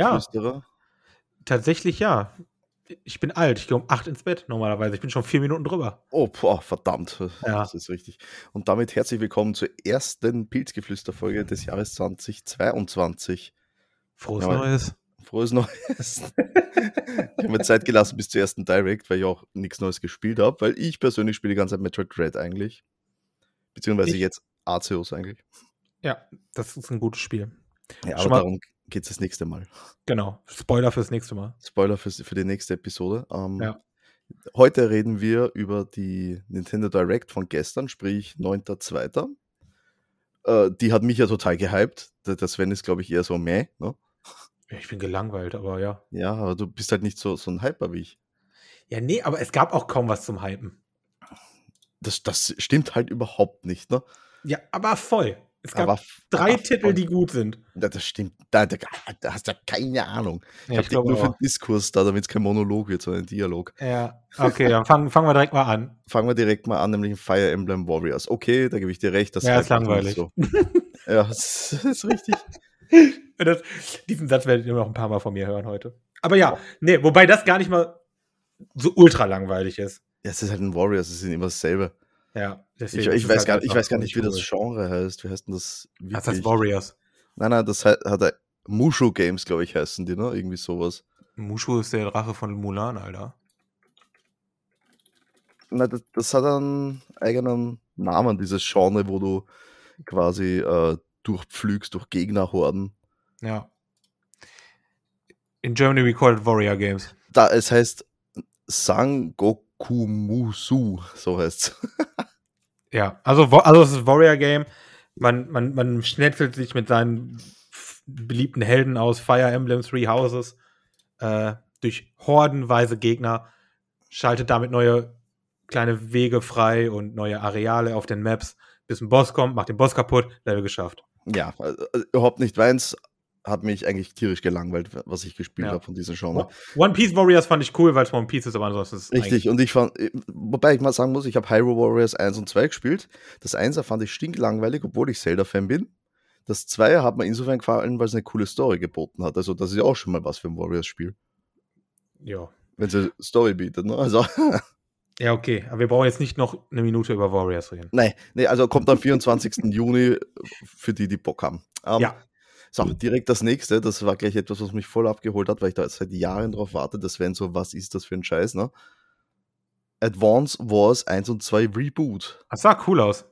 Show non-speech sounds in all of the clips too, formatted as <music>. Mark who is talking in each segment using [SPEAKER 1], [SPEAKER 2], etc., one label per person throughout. [SPEAKER 1] Öseflüsterer.
[SPEAKER 2] Tatsächlich ja. Ich bin alt, ich gehe um 8 ins Bett normalerweise. Ich bin schon vier Minuten drüber.
[SPEAKER 1] Oh, boah, verdammt.
[SPEAKER 2] Ja.
[SPEAKER 1] Das ist richtig. Und damit herzlich willkommen zur ersten Pilzgeflüsterfolge des Jahres 2022.
[SPEAKER 2] Frohes
[SPEAKER 1] Jawohl.
[SPEAKER 2] Neues.
[SPEAKER 1] Frohes Neues. ich habe mir Zeit gelassen bis zur ersten Direct, weil ich auch nichts Neues gespielt habe, weil ich persönlich spiele die ganze Zeit Metroid Dread eigentlich. Beziehungsweise
[SPEAKER 2] Ich-
[SPEAKER 1] jetzt Arceus eigentlich.
[SPEAKER 2] Ja, das ist ein gutes Spiel.
[SPEAKER 1] Ja,
[SPEAKER 2] Schon
[SPEAKER 1] aber
[SPEAKER 2] mal-
[SPEAKER 1] darum geht es das nächste Mal.
[SPEAKER 2] Genau. Spoiler fürs nächste Mal.
[SPEAKER 1] Spoiler für, für die nächste Episode. Ähm,
[SPEAKER 2] Ja.
[SPEAKER 1] Heute reden wir über die Nintendo Direct von gestern, sprich 9.2. Äh, die hat mich ja total gehypt. Der der Sven ist, glaube ich, eher so meh. Ne?
[SPEAKER 2] Ja, Ich bin gelangweilt, aber ja.
[SPEAKER 1] Ja, aber du bist halt nicht so, so ein Hyper wie ich.
[SPEAKER 2] Ja, nee, aber es gab auch kaum was zum Hypen.
[SPEAKER 1] Das, das stimmt halt überhaupt nicht. Ne?
[SPEAKER 2] Ja, aber voll. Es gab
[SPEAKER 1] Aber-
[SPEAKER 2] drei
[SPEAKER 1] aber-
[SPEAKER 2] Titel, die gut sind.
[SPEAKER 1] Na, das stimmt. Da, da, da hast du ja keine Ahnung.
[SPEAKER 2] Ja,
[SPEAKER 1] ich habe nur für den Diskurs da, damit es kein Monolog wird, sondern ein Dialog.
[SPEAKER 2] Ja, okay, dann fangen, fangen wir direkt mal an.
[SPEAKER 1] Fangen wir direkt mal an, nämlich Fire Emblem Warriors. Okay, da gebe ich dir recht. Das
[SPEAKER 2] Ja, ist
[SPEAKER 1] halt
[SPEAKER 2] langweilig.
[SPEAKER 1] nicht So. <laughs> ja, das ist richtig.
[SPEAKER 2] Das, diesen Satz werdet ihr noch ein paar Mal von mir hören heute. Aber ja, nee, wobei das gar nicht mal so ultra langweilig ist.
[SPEAKER 1] Ja, es ist halt ein Warriors, es ist immer dasselbe.
[SPEAKER 2] Ja,
[SPEAKER 1] Ich,
[SPEAKER 2] deswegen. ist
[SPEAKER 1] ich,
[SPEAKER 2] es
[SPEAKER 1] weiß
[SPEAKER 2] halt
[SPEAKER 1] gar, ich
[SPEAKER 2] einfach
[SPEAKER 1] weiß gar nicht, wie
[SPEAKER 2] voll
[SPEAKER 1] das Genre heißt. Wie heißt denn das?
[SPEAKER 2] cool. Das heißt
[SPEAKER 1] wirklich?
[SPEAKER 2] Warriors.
[SPEAKER 1] nein, nein, das hat, hat er. Mushu Games, glaube ich, heißen die, ne? Irgendwie sowas.
[SPEAKER 2] Mushu ist der Drache von Mulan, Alter.
[SPEAKER 1] Na, das, das hat einen eigenen Namen, dieses Genre, wo du quasi äh, durchpflügst durch Gegnerhorden.
[SPEAKER 2] Ja. In Germany we call it Warrior Games.
[SPEAKER 1] Da, es heißt Sangoku Musu, so heißt es.
[SPEAKER 2] Ja, also, wo- also es ist Warrior Game. Man, man, man schnetzelt sich mit seinen f- beliebten Helden aus Fire Emblem Three Houses äh, durch hordenweise Gegner, schaltet damit neue kleine Wege frei und neue Areale auf den Maps, bis ein Boss kommt, macht den Boss kaputt, Level geschafft.
[SPEAKER 1] Ja, also, also überhaupt nicht meins. Hat mich eigentlich tierisch gelangweilt, was ich gespielt
[SPEAKER 2] Ja.
[SPEAKER 1] habe von diesem Genre.
[SPEAKER 2] One Piece Warriors fand ich cool, weil es One Piece ist, aber ansonsten ist es eigentlich-
[SPEAKER 1] Richtig, und ich fand, äh, wobei ich mal sagen muss, ich habe Hyrule Warriors 1 und 2 gespielt. Das 1er fand ich stinklangweilig, obwohl ich Zelda-Fan bin. Das 2er hat mir insofern gefallen, weil es eine coole Story geboten hat. Also, das ist ja auch schon mal was für ein Warriors-Spiel,
[SPEAKER 2] Ja.
[SPEAKER 1] wenn es eine Story bietet. Ne? Also, <laughs>
[SPEAKER 2] ja, okay. Aber wir brauchen jetzt nicht noch eine Minute über Warriors reden.
[SPEAKER 1] nein, nee, also kommt am 24. Juni äh, für die, die Bock haben. Ähm,
[SPEAKER 2] Ja.
[SPEAKER 1] So, direkt das nächste. Das war gleich etwas, was mich voll abgeholt hat, weil ich da seit Jahren drauf warte. Das wären so, was ist das für ein Scheiß, ne? Advance Wars 1 und 2 Reboot.
[SPEAKER 2] Das sah cool aus.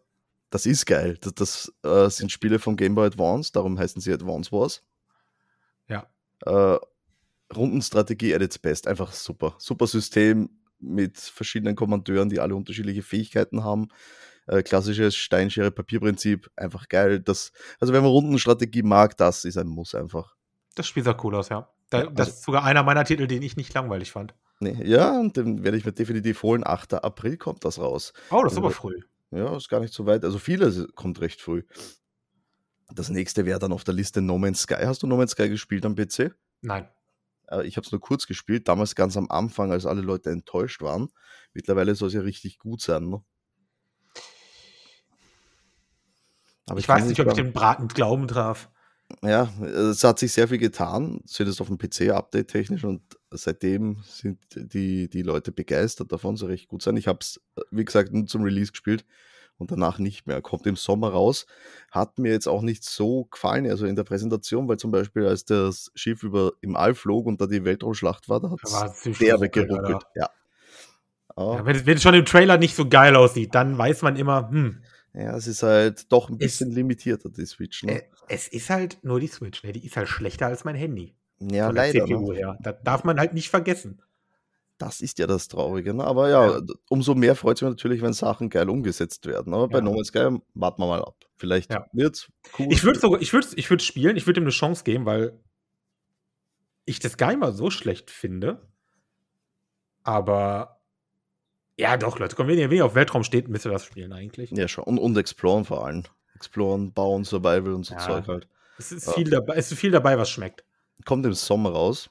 [SPEAKER 1] Das ist geil. Das, das äh, sind Spiele vom Game Boy Advance, darum heißen sie Advance Wars.
[SPEAKER 2] Ja.
[SPEAKER 1] Äh, Rundenstrategie at its best. Einfach super. Super System mit verschiedenen Kommandeuren, die alle unterschiedliche Fähigkeiten haben. Äh, klassisches Steinschere-Papier-Prinzip. Einfach geil. Das, also, wenn man Rundenstrategie mag, das ist ein Muss einfach.
[SPEAKER 2] Das Spiel sah cool aus, ja. Da,
[SPEAKER 1] Ja,
[SPEAKER 2] das
[SPEAKER 1] also-
[SPEAKER 2] ist sogar einer meiner Titel, den ich nicht langweilig fand.
[SPEAKER 1] Nee, ja, und den werde ich mir definitiv holen. 8. April kommt das raus.
[SPEAKER 2] Oh, das ist aber
[SPEAKER 1] Ja.
[SPEAKER 2] früh.
[SPEAKER 1] Ja, ist gar nicht so weit. Also vieles kommt recht früh. Das nächste wäre dann auf der Liste No Man's Sky. Hast du No Man's Sky gespielt am PC?
[SPEAKER 2] Nein.
[SPEAKER 1] Äh, Ich habe es nur kurz gespielt, damals ganz am Anfang, als alle Leute enttäuscht waren. Mittlerweile soll es ja richtig gut sein. Ne? Aber
[SPEAKER 2] ich
[SPEAKER 1] kann
[SPEAKER 2] weiß nicht, ob ich
[SPEAKER 1] sagen-
[SPEAKER 2] dem Braten Glauben traf.
[SPEAKER 1] Ja, es hat sich sehr viel getan, zumindest auf dem PC-Update technisch und seitdem sind die, die Leute begeistert davon, soll recht gut sein. Ich habe es, wie gesagt, nur zum Release gespielt und danach nicht mehr. Kommt im Sommer raus, hat mir jetzt auch nicht so gefallen, also in der Präsentation, weil zum Beispiel, als das Schiff über im All flog und da die Weltraumschlacht war, da hat
[SPEAKER 2] Da war
[SPEAKER 1] es
[SPEAKER 2] es ziemlich
[SPEAKER 1] derbe
[SPEAKER 2] verruckelt,
[SPEAKER 1] geruckelt.
[SPEAKER 2] Alter.
[SPEAKER 1] Ja. Ah,
[SPEAKER 2] Ja, wenn, es- wenn es schon im Trailer nicht so geil aussieht, dann weiß man immer, hm,
[SPEAKER 1] ja, es ist halt doch ein
[SPEAKER 2] Es-
[SPEAKER 1] bisschen limitierter, die Switch. Ne?
[SPEAKER 2] äh, es ist halt nur die Switch, ne? Die ist halt schlechter als mein Handy.
[SPEAKER 1] ja,
[SPEAKER 2] Von der
[SPEAKER 1] leider.
[SPEAKER 2] CPU
[SPEAKER 1] ne?
[SPEAKER 2] her. Das darf man halt nicht vergessen.
[SPEAKER 1] Das ist ja das Traurige. Ne? Aber ja,
[SPEAKER 2] Ja.
[SPEAKER 1] d- umso mehr freut es mich natürlich, wenn Sachen geil umgesetzt werden. Aber bei
[SPEAKER 2] Ja.
[SPEAKER 1] No Man's Sky warten wir mal ab. Vielleicht
[SPEAKER 2] Ja.
[SPEAKER 1] wird's cool.
[SPEAKER 2] Ich würde sogar, ich würde, ich würde spielen, ich würde ihm eine Chance geben, weil ich das gar nicht mal so schlecht finde. Aber ja, doch, Leute, komm, wenn ihr, wenn ihr auf Weltraum steht, müsst ihr das spielen eigentlich.
[SPEAKER 1] Ja, schon. Und, und exploren vor allem. Exploren, bauen, Survival und so
[SPEAKER 2] Ja.
[SPEAKER 1] Zeug halt.
[SPEAKER 2] Es
[SPEAKER 1] Ja.
[SPEAKER 2] ist viel dabei, es ist viel dabei, was schmeckt.
[SPEAKER 1] Kommt im Sommer raus.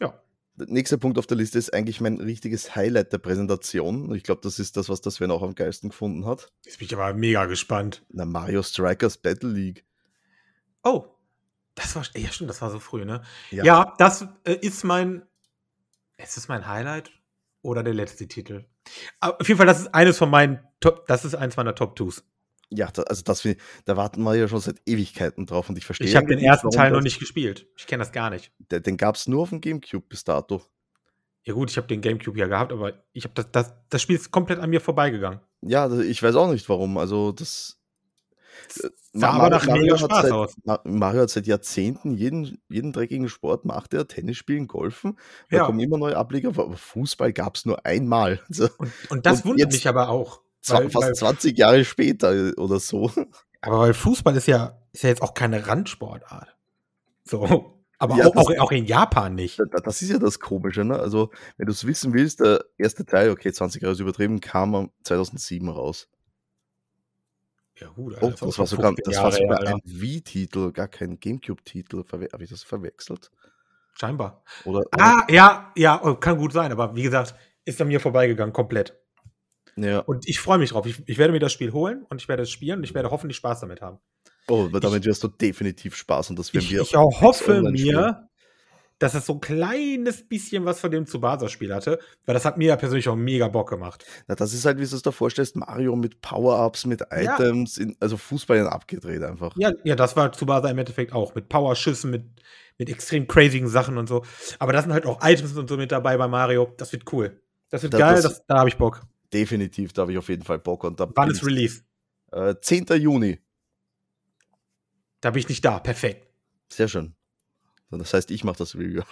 [SPEAKER 2] Ja.
[SPEAKER 1] Der nächste Punkt auf der Liste ist eigentlich mein richtiges Highlight der Präsentation. Und Ich glaube, das ist das, was das Sven auch am geilsten gefunden hat.
[SPEAKER 2] Jetzt bin ich aber mega gespannt.
[SPEAKER 1] Na, Mario Strikers Battle League.
[SPEAKER 2] Oh, Das war, ja stimmt, das war so früh, ne?
[SPEAKER 1] Ja.
[SPEAKER 2] Ja, das äh, ist mein, ist es mein Highlight oder der letzte Titel? Aber auf jeden Fall, das ist eines von meinen Top, das ist eins meiner Top Twos.
[SPEAKER 1] Ja, da, also das, wir- da warten wir ja schon seit Ewigkeiten drauf und ich verstehe.
[SPEAKER 2] Ich habe den
[SPEAKER 1] nicht,
[SPEAKER 2] ersten
[SPEAKER 1] warum
[SPEAKER 2] Teil
[SPEAKER 1] das-
[SPEAKER 2] noch nicht gespielt. Ich kenne das gar nicht.
[SPEAKER 1] Der, den gab es nur auf dem Gamecube bis dato.
[SPEAKER 2] Ja gut, ich habe den Gamecube ja gehabt, aber ich habe das, das, das Spiel ist komplett an mir vorbeigegangen.
[SPEAKER 1] Ja, da- ich weiß auch nicht warum. Also das. äh,
[SPEAKER 2] Sah
[SPEAKER 1] Ma-
[SPEAKER 2] aber nach mega
[SPEAKER 1] hat
[SPEAKER 2] Spaß
[SPEAKER 1] seit,
[SPEAKER 2] aus.
[SPEAKER 1] Ma- Mario hat seit Jahrzehnten jeden, jeden dreckigen Sport macht er, Tennis spielen, Golfen. Da
[SPEAKER 2] Ja.
[SPEAKER 1] kommen immer neue Ableger, aber Fußball gab es nur einmal. <laughs> Also,
[SPEAKER 2] Und, und das
[SPEAKER 1] Und
[SPEAKER 2] wundert
[SPEAKER 1] jetzt-
[SPEAKER 2] mich aber auch.
[SPEAKER 1] zwa-
[SPEAKER 2] Weil,
[SPEAKER 1] fast
[SPEAKER 2] weil,
[SPEAKER 1] 20 Jahre später äh, oder so. <laughs>
[SPEAKER 2] aber weil Fußball ist ja, ist ja jetzt auch keine Randsportart. So. Aber
[SPEAKER 1] Ja,
[SPEAKER 2] auch,
[SPEAKER 1] das-
[SPEAKER 2] auch, auch in Japan nicht.
[SPEAKER 1] Da- Das ist ja das Komische, ne? Also, wenn du es wissen willst, der erste Teil, okay, 20 Jahre ist übertrieben, kam am 2007 raus.
[SPEAKER 2] Ja, gut,
[SPEAKER 1] Oh,
[SPEAKER 2] Alter,
[SPEAKER 1] das,
[SPEAKER 2] ist auch
[SPEAKER 1] war
[SPEAKER 2] schon
[SPEAKER 1] sogar,
[SPEAKER 2] 15
[SPEAKER 1] das war
[SPEAKER 2] Jahre her,
[SPEAKER 1] sogar
[SPEAKER 2] Alter.
[SPEAKER 1] ein Wii-Titel, gar kein Gamecube-Titel. Habe ich das verwechselt?
[SPEAKER 2] Scheinbar.
[SPEAKER 1] Oder, oder
[SPEAKER 2] Ah, ja, ja, oh, kann gut sein, aber wie gesagt, ist an mir vorbeigegangen, komplett.
[SPEAKER 1] ja.
[SPEAKER 2] Und ich freue mich drauf. Ich, ich werde mir das Spiel holen und ich werde es spielen und ich werde hoffentlich Spaß damit haben.
[SPEAKER 1] Oh, aber damit wirst du definitiv Spaß und das werden
[SPEAKER 2] Ich,
[SPEAKER 1] wir.
[SPEAKER 2] ich auch hoffe
[SPEAKER 1] online spielen.
[SPEAKER 2] mir, dass es so ein kleines bisschen was von dem Tsubasa-Spiel hatte, weil das hat mir ja persönlich auch mega Bock gemacht.
[SPEAKER 1] Na, das ist halt, wie du es da vorstellst: Mario mit Power-Ups, mit
[SPEAKER 2] Ja.
[SPEAKER 1] Items, in, also Fußball in abgedreht einfach.
[SPEAKER 2] Ja, ja, das war Tsubasa im Endeffekt auch. Mit Powerschüssen, mit, mit extrem crazigen Sachen und so. Aber da sind halt auch Items und so mit dabei bei Mario. Das wird cool. Das wird
[SPEAKER 1] Da-
[SPEAKER 2] geil,
[SPEAKER 1] das-
[SPEAKER 2] das, da habe ich Bock.
[SPEAKER 1] Definitiv, da habe ich auf jeden Fall Bock. Und da
[SPEAKER 2] Wann
[SPEAKER 1] bin
[SPEAKER 2] ist
[SPEAKER 1] ich-
[SPEAKER 2] Release?
[SPEAKER 1] Äh, 10. Juni.
[SPEAKER 2] Da bin ich nicht da. Perfekt.
[SPEAKER 1] Sehr schön. So, Das heißt, ich mache das Review.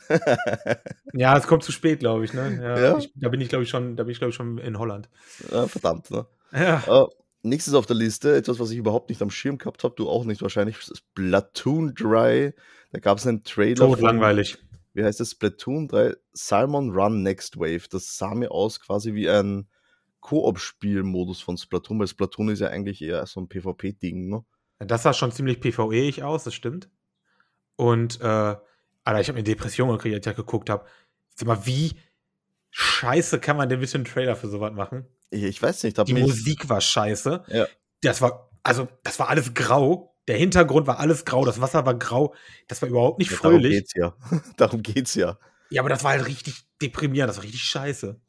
[SPEAKER 1] <laughs>
[SPEAKER 2] Ja, es kommt zu spät, glaube ich, ne? Ja,
[SPEAKER 1] Ja.
[SPEAKER 2] Ich, da bin ich, glaube ich, schon, da bin ich, glaube ich, schon in Holland.
[SPEAKER 1] Ah, verdammt, ne?
[SPEAKER 2] Ja.
[SPEAKER 1] Äh, nächstes auf der Liste, etwas, was ich überhaupt nicht am Schirm gehabt habe, du auch nicht wahrscheinlich, Splatoon 3. Da gab es einen Trailer.
[SPEAKER 2] <laughs> Tot
[SPEAKER 1] von-
[SPEAKER 2] langweilig.
[SPEAKER 1] Wie heißt das? Splatoon 3 Salmon Run Next Wave. Das sah mir aus quasi wie ein Koop-Spielmodus von Splatoon, weil Splatoon ist ja eigentlich eher so ein PvP-Ding. Ne?
[SPEAKER 2] Das sah schon ziemlich PvE-ig aus, das stimmt. Und, äh, Alter, ich habe eine Depression gekriegt, als ich das geguckt habe. Sag mal, wie scheiße kann man denn bitte einen Trailer für sowas machen?
[SPEAKER 1] Ich, ich weiß nicht, hab
[SPEAKER 2] Die
[SPEAKER 1] mich,
[SPEAKER 2] Musik war scheiße.
[SPEAKER 1] Ja.
[SPEAKER 2] Das war, also, das war alles grau. Der Hintergrund war alles grau, das Wasser war grau. Das war überhaupt
[SPEAKER 1] <laughs>
[SPEAKER 2] nicht
[SPEAKER 1] ja, Darum
[SPEAKER 2] fröhlich.
[SPEAKER 1] geht's ja. <laughs> darum geht's ja.
[SPEAKER 2] Ja, aber das war halt richtig deprimierend, das war richtig scheiße.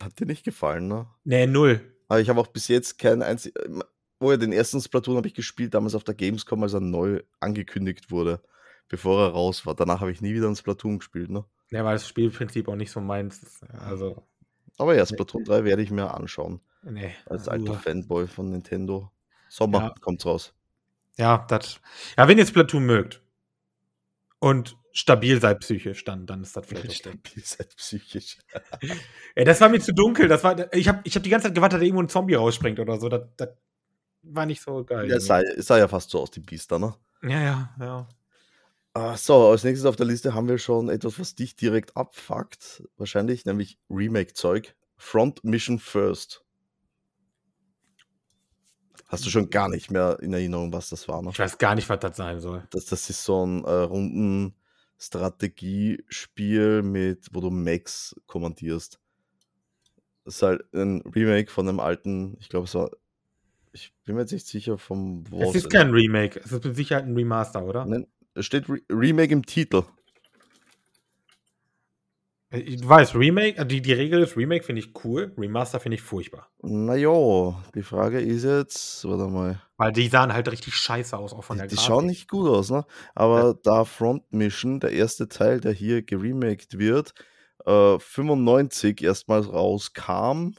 [SPEAKER 1] Hat dir nicht gefallen, ne?
[SPEAKER 2] Nee, null.
[SPEAKER 1] Aber ich habe auch bis jetzt keinen einzigen. Oh ja, den ersten Splatoon habe ich gespielt, damals auf der Gamescom, als er neu angekündigt wurde, bevor er raus war. Danach habe ich nie wieder ein Splatoon gespielt, ne?
[SPEAKER 2] Ja, weil das Spielprinzip auch nicht so meins. Also,
[SPEAKER 1] Aber ja, Splatoon 3 werde ich mir anschauen.
[SPEAKER 2] nee.
[SPEAKER 1] Als alter
[SPEAKER 2] Uah.
[SPEAKER 1] Fanboy von Nintendo. Sommer
[SPEAKER 2] Ja.
[SPEAKER 1] kommt's raus.
[SPEAKER 2] Ja, das. Ja, wenn ihr Splatoon mögt und stabil seid psychisch, dann, dann ist das vielleicht okay.
[SPEAKER 1] Stabil seid psychisch.
[SPEAKER 2] Ey, das war mir zu dunkel. Das war, ich habe ich hab die ganze Zeit gewartet, dass irgendwo ein Zombie rausspringt oder so. Das, das war nicht so geil.
[SPEAKER 1] Ja, es sah, es sah ja fast so aus, die Biester, ne?
[SPEAKER 2] ja, ja, ja.
[SPEAKER 1] Ah, So, als nächstes auf der Liste haben wir schon etwas, was dich direkt abfuckt. Wahrscheinlich, nämlich Remake-Zeug. Front Mission First. Hast du schon gar nicht mehr in Erinnerung, was das war, ne?
[SPEAKER 2] Ich weiß gar nicht, was das sein soll.
[SPEAKER 1] Das, das ist so ein äh, Runden-Strategiespiel, mit, wo du Max kommandierst. Das ist halt ein Remake von einem alten, ich glaube, es war. Ich bin mir jetzt nicht sicher, vom
[SPEAKER 2] Es ist
[SPEAKER 1] es-
[SPEAKER 2] kein Remake. Es ist mit Sicherheit ein Remaster, oder?
[SPEAKER 1] Nein, es steht Re Remake im Titel.
[SPEAKER 2] Äh, Ich weiß, Remake, äh, die, die Regel ist, Remake finde ich cool, Remaster finde ich furchtbar.
[SPEAKER 1] Naja, die Frage ist jetzt, warte mal.
[SPEAKER 2] Weil die sahen halt richtig scheiße aus, auch von der
[SPEAKER 1] die, die schauen nicht gut aus, ne? Aber da Front Mission, der erste Teil, der hier geremaked wird, äh, 95 erstmals rauskam,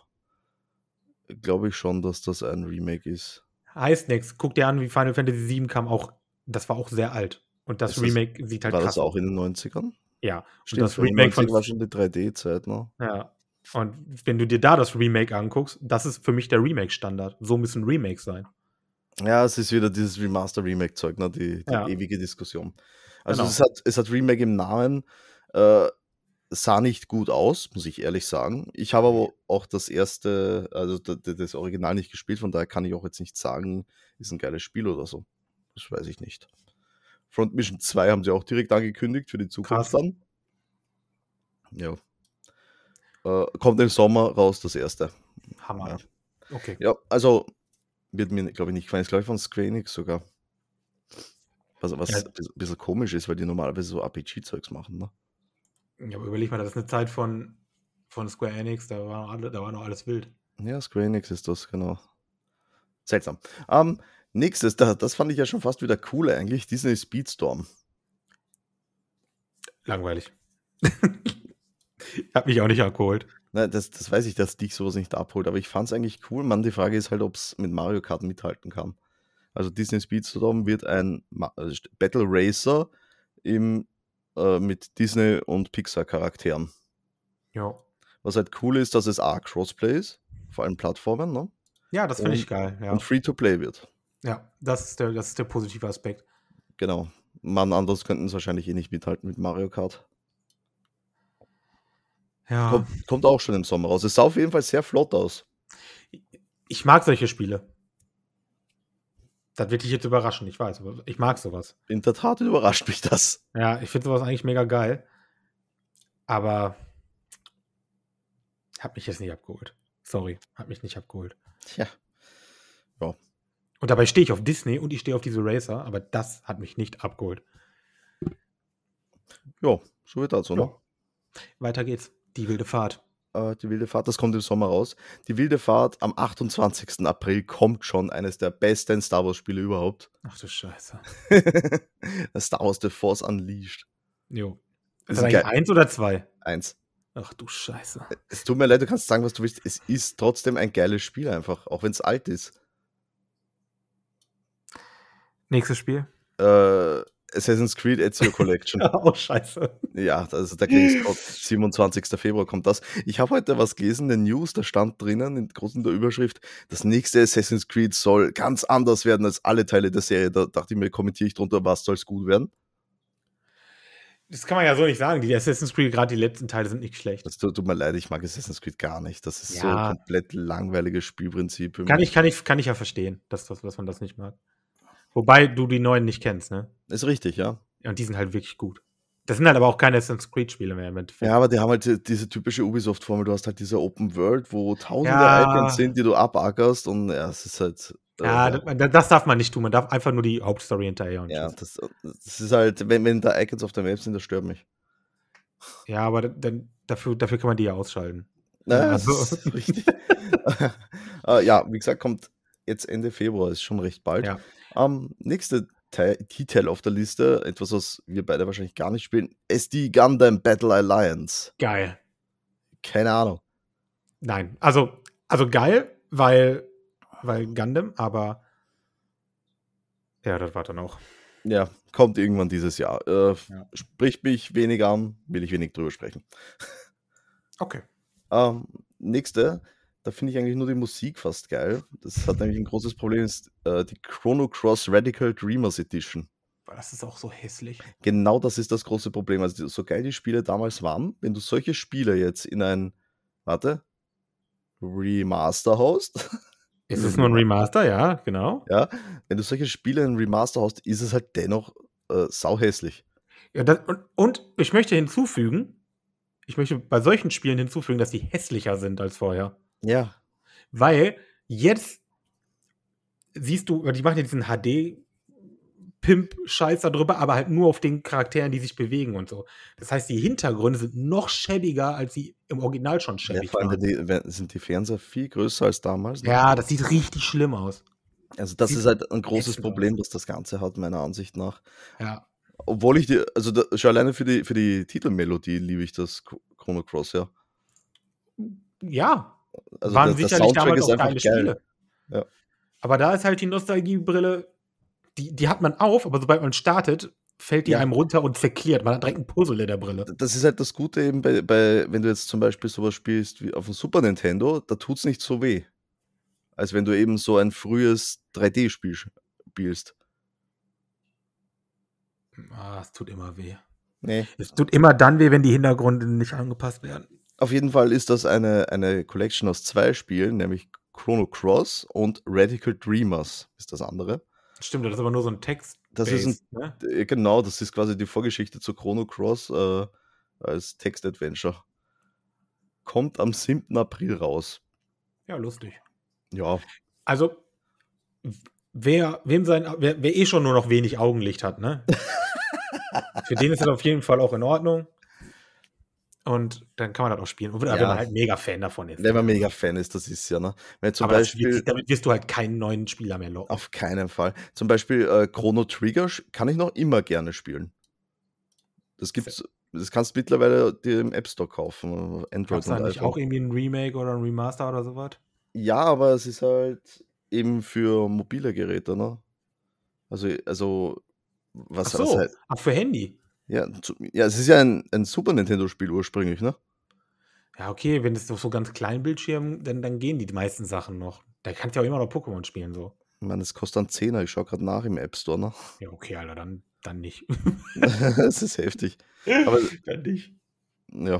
[SPEAKER 1] glaube ich schon, dass das ein Remake ist.
[SPEAKER 2] Heißt nichts. Guck dir an, wie Final Fantasy VII kam auch. Das war auch sehr alt. Und das
[SPEAKER 1] Ist das-
[SPEAKER 2] Remake sieht halt
[SPEAKER 1] war
[SPEAKER 2] krass
[SPEAKER 1] das auch in den 90ern?
[SPEAKER 2] Ja,
[SPEAKER 1] Stimmt,
[SPEAKER 2] das Remake von-
[SPEAKER 1] 95 war schon die 3D-Zeit, ne?
[SPEAKER 2] ja. Und wenn du dir da das Remake anguckst, das ist für mich der Remake-Standard. So müssen Remakes sein.
[SPEAKER 1] Ja, es ist wieder dieses Remaster-Remake-Zeug, ne? die, die
[SPEAKER 2] Ja.
[SPEAKER 1] ewige Diskussion. Also
[SPEAKER 2] Genau.
[SPEAKER 1] es, hat, es hat Remake im Namen, äh, sah nicht gut aus, muss ich ehrlich sagen. Ich habe aber auch das erste, also d- d- das Original nicht gespielt, von daher kann ich auch jetzt nicht sagen, ist ein geiles Spiel oder so. Das weiß ich nicht. Front Mission 2 haben sie auch direkt angekündigt für die Zukunft
[SPEAKER 2] Krass.
[SPEAKER 1] dann. Ja. Äh, kommt im Sommer raus, das erste.
[SPEAKER 2] Hammer. Okay.
[SPEAKER 1] Ja, also wird mir, glaube ich, nicht gefallen. Ist, glaube ich, von Square Enix sogar. Was, was
[SPEAKER 2] Ja.
[SPEAKER 1] ein bisschen- bisschen komisch ist, weil die normalerweise so RPG-Zeugs machen. Ne?
[SPEAKER 2] Ja, aber überleg mal, das ist eine Zeit von, von Square Enix, da war, noch alle, da war noch alles wild.
[SPEAKER 1] Ja, Square Enix ist das, genau. Seltsam. Ähm, nächstes, da, das fand ich ja schon fast wieder cool eigentlich, Disney Speedstorm.
[SPEAKER 2] Langweilig. <laughs> ich habe mich auch nicht abgeholt.
[SPEAKER 1] Ne, das, das weiß ich, dass dich sowas nicht abholt, aber ich fand es eigentlich cool. Mann, die Frage ist halt, ob es mit Mario Kart mithalten kann. Also Disney Speedstorm wird ein Ma äh, Battle Racer im, äh, mit Disney und Pixar Charakteren.
[SPEAKER 2] Ja,
[SPEAKER 1] Was halt cool ist, dass es A, Crossplay ist, vor allem Plattformen, ne?
[SPEAKER 2] ja das finde ich
[SPEAKER 1] Und-
[SPEAKER 2] geil. Ja,
[SPEAKER 1] und Free-to-Play wird.
[SPEAKER 2] ja das, ist der, das ist der positive Aspekt.
[SPEAKER 1] Genau. Mann, anders könnten es wahrscheinlich eh nicht mithalten mit Mario Kart.
[SPEAKER 2] Ja,
[SPEAKER 1] Kommt, kommt auch schon im Sommer raus. Es sah auf jeden Fall sehr flott aus.
[SPEAKER 2] ich mag solche Spiele. Das wird dich jetzt überraschen, ich weiß, aber ich mag sowas.
[SPEAKER 1] In der Tat überrascht <laughs> mich das.
[SPEAKER 2] Ja, ich finde sowas eigentlich mega geil. Aber hat mich jetzt nicht abgeholt. Sorry, hat mich nicht abgeholt.
[SPEAKER 1] Tja.
[SPEAKER 2] Und dabei stehe ich auf Disney und ich stehe auf diese Racer, aber das hat mich nicht abgeholt.
[SPEAKER 1] Ja, so wird das, oder?
[SPEAKER 2] Weiter geht's. Die wilde Fahrt.
[SPEAKER 1] Äh, die wilde Fahrt, das kommt im Sommer raus. Die wilde Fahrt am 28. April kommt schon eines der besten Star Wars-Spiele
[SPEAKER 2] <laughs>
[SPEAKER 1] überhaupt.
[SPEAKER 2] Ach du Scheiße.
[SPEAKER 1] Star Wars The Force Unleashed.
[SPEAKER 2] Jo.
[SPEAKER 1] Das ist
[SPEAKER 2] Ist das eigentlich
[SPEAKER 1] geil.
[SPEAKER 2] eins oder zwei?
[SPEAKER 1] Eins.
[SPEAKER 2] Ach du Scheiße.
[SPEAKER 1] Es tut mir leid, du kannst sagen, was du willst. Es ist trotzdem ein geiles Spiel einfach, auch wenn es alt ist.
[SPEAKER 2] Nächstes Spiel.
[SPEAKER 1] Äh, Assassin's Creed Ezio
[SPEAKER 2] <laughs>
[SPEAKER 1] Collection.
[SPEAKER 2] oh, Scheiße.
[SPEAKER 1] Ja, also da kriegst
[SPEAKER 2] <laughs>
[SPEAKER 1] du 27. Februar kommt das. Ich habe heute was gelesen, in den News, da stand drinnen in großen der Überschrift, das nächste Assassin's Creed soll ganz anders werden als alle Teile der Serie. Da dachte ich mir, kommentiere ich drunter, was soll es gut werden?
[SPEAKER 2] Das kann man ja so nicht sagen. Die Assassin's Creed, gerade die letzten Teile, sind nicht schlecht.
[SPEAKER 1] Das Also tut, tut mir leid, ich mag Assassin's Creed gar nicht. Das ist so
[SPEAKER 2] Ja.
[SPEAKER 1] ein komplett langweiliges Spielprinzip. für
[SPEAKER 2] Kann
[SPEAKER 1] mich.
[SPEAKER 2] ich, kann ich, kann ich ja verstehen, dass, dass, dass man das nicht mag. Wobei du die neuen nicht kennst, ne?
[SPEAKER 1] Ist richtig, ja.
[SPEAKER 2] Und die sind halt wirklich gut. Das sind halt aber auch keine Assassin's Creed-Spiele mehr im Endeffekt.
[SPEAKER 1] Ja, aber die haben halt die- diese typische Ubisoft-Formel. Du hast halt diese Open World, wo tausende
[SPEAKER 2] Ja.
[SPEAKER 1] Icons sind, die du abackerst und ja, es ist halt. äh,
[SPEAKER 2] Ja, das, das darf man nicht tun. Man darf einfach nur die Hauptstory hinterher. Und
[SPEAKER 1] ja
[SPEAKER 2] tschüss.
[SPEAKER 1] das, das ist halt, wenn, wenn da Icons auf der Map sind, das stört mich.
[SPEAKER 2] ja aber dann, dafür, dafür kann man die ja ausschalten.
[SPEAKER 1] Naja,
[SPEAKER 2] Also-
[SPEAKER 1] das ist <laughs> richtig. äh, ja, wie gesagt, kommt jetzt Ende Februar, ist schon recht bald.
[SPEAKER 2] Ja.
[SPEAKER 1] Ähm, nächste Te- Titel auf der Liste, etwas, was wir beide wahrscheinlich gar nicht spielen, ist die Gundam Battle Alliance.
[SPEAKER 2] Geil.
[SPEAKER 1] Keine Ahnung.
[SPEAKER 2] Nein. Also, also geil, weil, weil Gundam, aber. Ja, das war dann auch.
[SPEAKER 1] Ja, kommt irgendwann dieses Jahr. Äh,
[SPEAKER 2] Ja.
[SPEAKER 1] Spricht mich wenig an, will ich wenig drüber sprechen.
[SPEAKER 2] Okay.
[SPEAKER 1] Ähm, nächste, da finde ich eigentlich nur die Musik fast geil. Das hat nämlich ein großes Problem, ist äh, die Chrono Cross Radical Dreamers Edition.
[SPEAKER 2] Das ist auch so hässlich.
[SPEAKER 1] genau das ist das große Problem. Also, die- so geil die Spiele damals waren, wenn du solche Spiele jetzt in ein, warte, Remaster haust,
[SPEAKER 2] Es ist nur ein Remaster, ja, genau.
[SPEAKER 1] ja, <laughs> wenn du solche Spiele in Remaster haust, ist es halt dennoch äh, sauhässlich.
[SPEAKER 2] Ja, das, und, und ich möchte hinzufügen, ich möchte bei solchen Spielen hinzufügen, dass die hässlicher sind als vorher.
[SPEAKER 1] Ja.
[SPEAKER 2] Weil jetzt siehst du, die machen ja diesen HD-Pimp-Scheiß darüber, aber halt nur auf den Charakteren, die sich bewegen und so. Das heißt, die Hintergründe sind noch schäbiger, als sie im Original schon
[SPEAKER 1] ja
[SPEAKER 2] schäbig
[SPEAKER 1] vor allem
[SPEAKER 2] waren.
[SPEAKER 1] die, wenn- sind die Fernseher viel größer als damals. ne?
[SPEAKER 2] Ja, das sieht richtig schlimm aus.
[SPEAKER 1] Also, das
[SPEAKER 2] sieht
[SPEAKER 1] ist halt ein großes
[SPEAKER 2] ätzend aus.
[SPEAKER 1] Problem, was das Ganze hat, meiner Ansicht nach.
[SPEAKER 2] Ja.
[SPEAKER 1] Obwohl ich die, also da, schon alleine für die, für die Titelmelodie liebe ich das Ch- Chrono Cross, ja.
[SPEAKER 2] Ja,
[SPEAKER 1] Also
[SPEAKER 2] waren
[SPEAKER 1] der- der
[SPEAKER 2] sicherlich
[SPEAKER 1] Soundtrack
[SPEAKER 2] damals
[SPEAKER 1] ist
[SPEAKER 2] auch
[SPEAKER 1] einfach
[SPEAKER 2] geile Spiele.
[SPEAKER 1] Ja.
[SPEAKER 2] Aber da ist halt die Nostalgiebrille, die, die hat man auf, aber sobald man startet, fällt die
[SPEAKER 1] Ja.
[SPEAKER 2] einem runter und verklärt. Man hat direkt ein Puzzle in der Brille.
[SPEAKER 1] das ist halt das Gute eben bei, bei wenn du jetzt zum Beispiel sowas spielst wie auf dem Super Nintendo, da tut's nicht so weh. Als wenn du eben so ein frühes 3D-Spiel sch- spielst. Hm.
[SPEAKER 2] Ah, es tut immer weh.
[SPEAKER 1] Nee.
[SPEAKER 2] Es tut immer dann weh, wenn die Hintergründe nicht angepasst werden.
[SPEAKER 1] Auf jeden Fall ist das eine, eine Collection aus zwei Spielen, nämlich Chrono Cross und Radical Dreamers ist das andere.
[SPEAKER 2] Stimmt, das ist aber nur so ein Text.
[SPEAKER 1] Das ist ein-
[SPEAKER 2] ne?
[SPEAKER 1] Äh, Genau, das ist quasi die Vorgeschichte zu Chrono Cross äh, als Text-Adventure. Kommt am 7. April raus.
[SPEAKER 2] Ja, lustig.
[SPEAKER 1] Ja,
[SPEAKER 2] Also, w- wer, wem sein, wer, wer eh schon nur noch wenig Augenlicht
[SPEAKER 1] <laughs>
[SPEAKER 2] hat, ne? Für den ist das auf jeden Fall auch in Ordnung. Und dann kann man das auch spielen. Und wenn
[SPEAKER 1] Ja.
[SPEAKER 2] wenn man halt mega Fan davon ist.
[SPEAKER 1] Wenn man mega Fan ist, das ist ja, ne? Wenn zum
[SPEAKER 2] Aber das
[SPEAKER 1] Beispiel,
[SPEAKER 2] wird, damit wirst du halt keinen neuen Spieler mehr locken.
[SPEAKER 1] auf keinen Fall. Zum Beispiel äh, Chrono Trigger sch- kann ich noch immer gerne spielen. Das gibt's, das kannst du mittlerweile dir im App Store kaufen. äh,
[SPEAKER 2] Gab es
[SPEAKER 1] Android
[SPEAKER 2] da
[SPEAKER 1] und
[SPEAKER 2] nicht
[SPEAKER 1] iPhone.
[SPEAKER 2] auch irgendwie ein Remake oder ein Remaster oder sowas?
[SPEAKER 1] Ja, aber es ist halt eben für mobile Geräte, ne? Also, also
[SPEAKER 2] Ach
[SPEAKER 1] was, was
[SPEAKER 2] so,
[SPEAKER 1] halt,
[SPEAKER 2] ach, für Handy.
[SPEAKER 1] ja, zu, ja, es ist ja ein, ein Super Nintendo-Spiel ursprünglich, ne?
[SPEAKER 2] Ja, okay, wenn es doch so ganz kleinen Bildschirmen, dann, dann gehen die meisten Sachen noch. Da kannst du ja auch immer noch Pokémon spielen, so.
[SPEAKER 1] Ich meine, es kostet einen Zehner, ich schaue gerade nach im App Store, ne? <laughs>
[SPEAKER 2] Ja, okay, Alter, dann, dann nicht.
[SPEAKER 1] das ist heftig. Aber
[SPEAKER 2] <laughs> dann nicht.
[SPEAKER 1] Ja.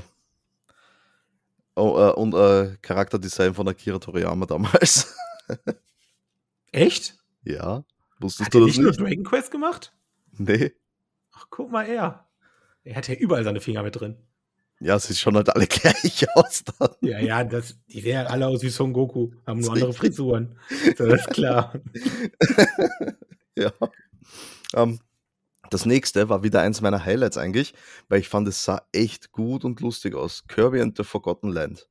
[SPEAKER 1] Oh, äh, und äh, Charakterdesign von Akira Toriyama damals. <laughs>
[SPEAKER 2] Echt?
[SPEAKER 1] ja. Wusstest
[SPEAKER 2] Hat er
[SPEAKER 1] du das
[SPEAKER 2] nicht nur
[SPEAKER 1] nicht?
[SPEAKER 2] Dragon Quest gemacht?
[SPEAKER 1] Nee.
[SPEAKER 2] Ach, guck mal, er. Er hat ja überall seine Finger mit drin.
[SPEAKER 1] Ja, sie schauen halt alle <laughs> gleich aus. Dann.
[SPEAKER 2] Ja, ja, das, die sehen ja alle aus wie Son Goku, haben
[SPEAKER 1] Ist
[SPEAKER 2] nur andere
[SPEAKER 1] richtig.
[SPEAKER 2] Frisuren. So, das ist klar.
[SPEAKER 1] Ja. Ähm, das nächste war wieder eins meiner Highlights eigentlich, weil ich fand, es sah echt gut und lustig aus. Kirby and the Forgotten Land.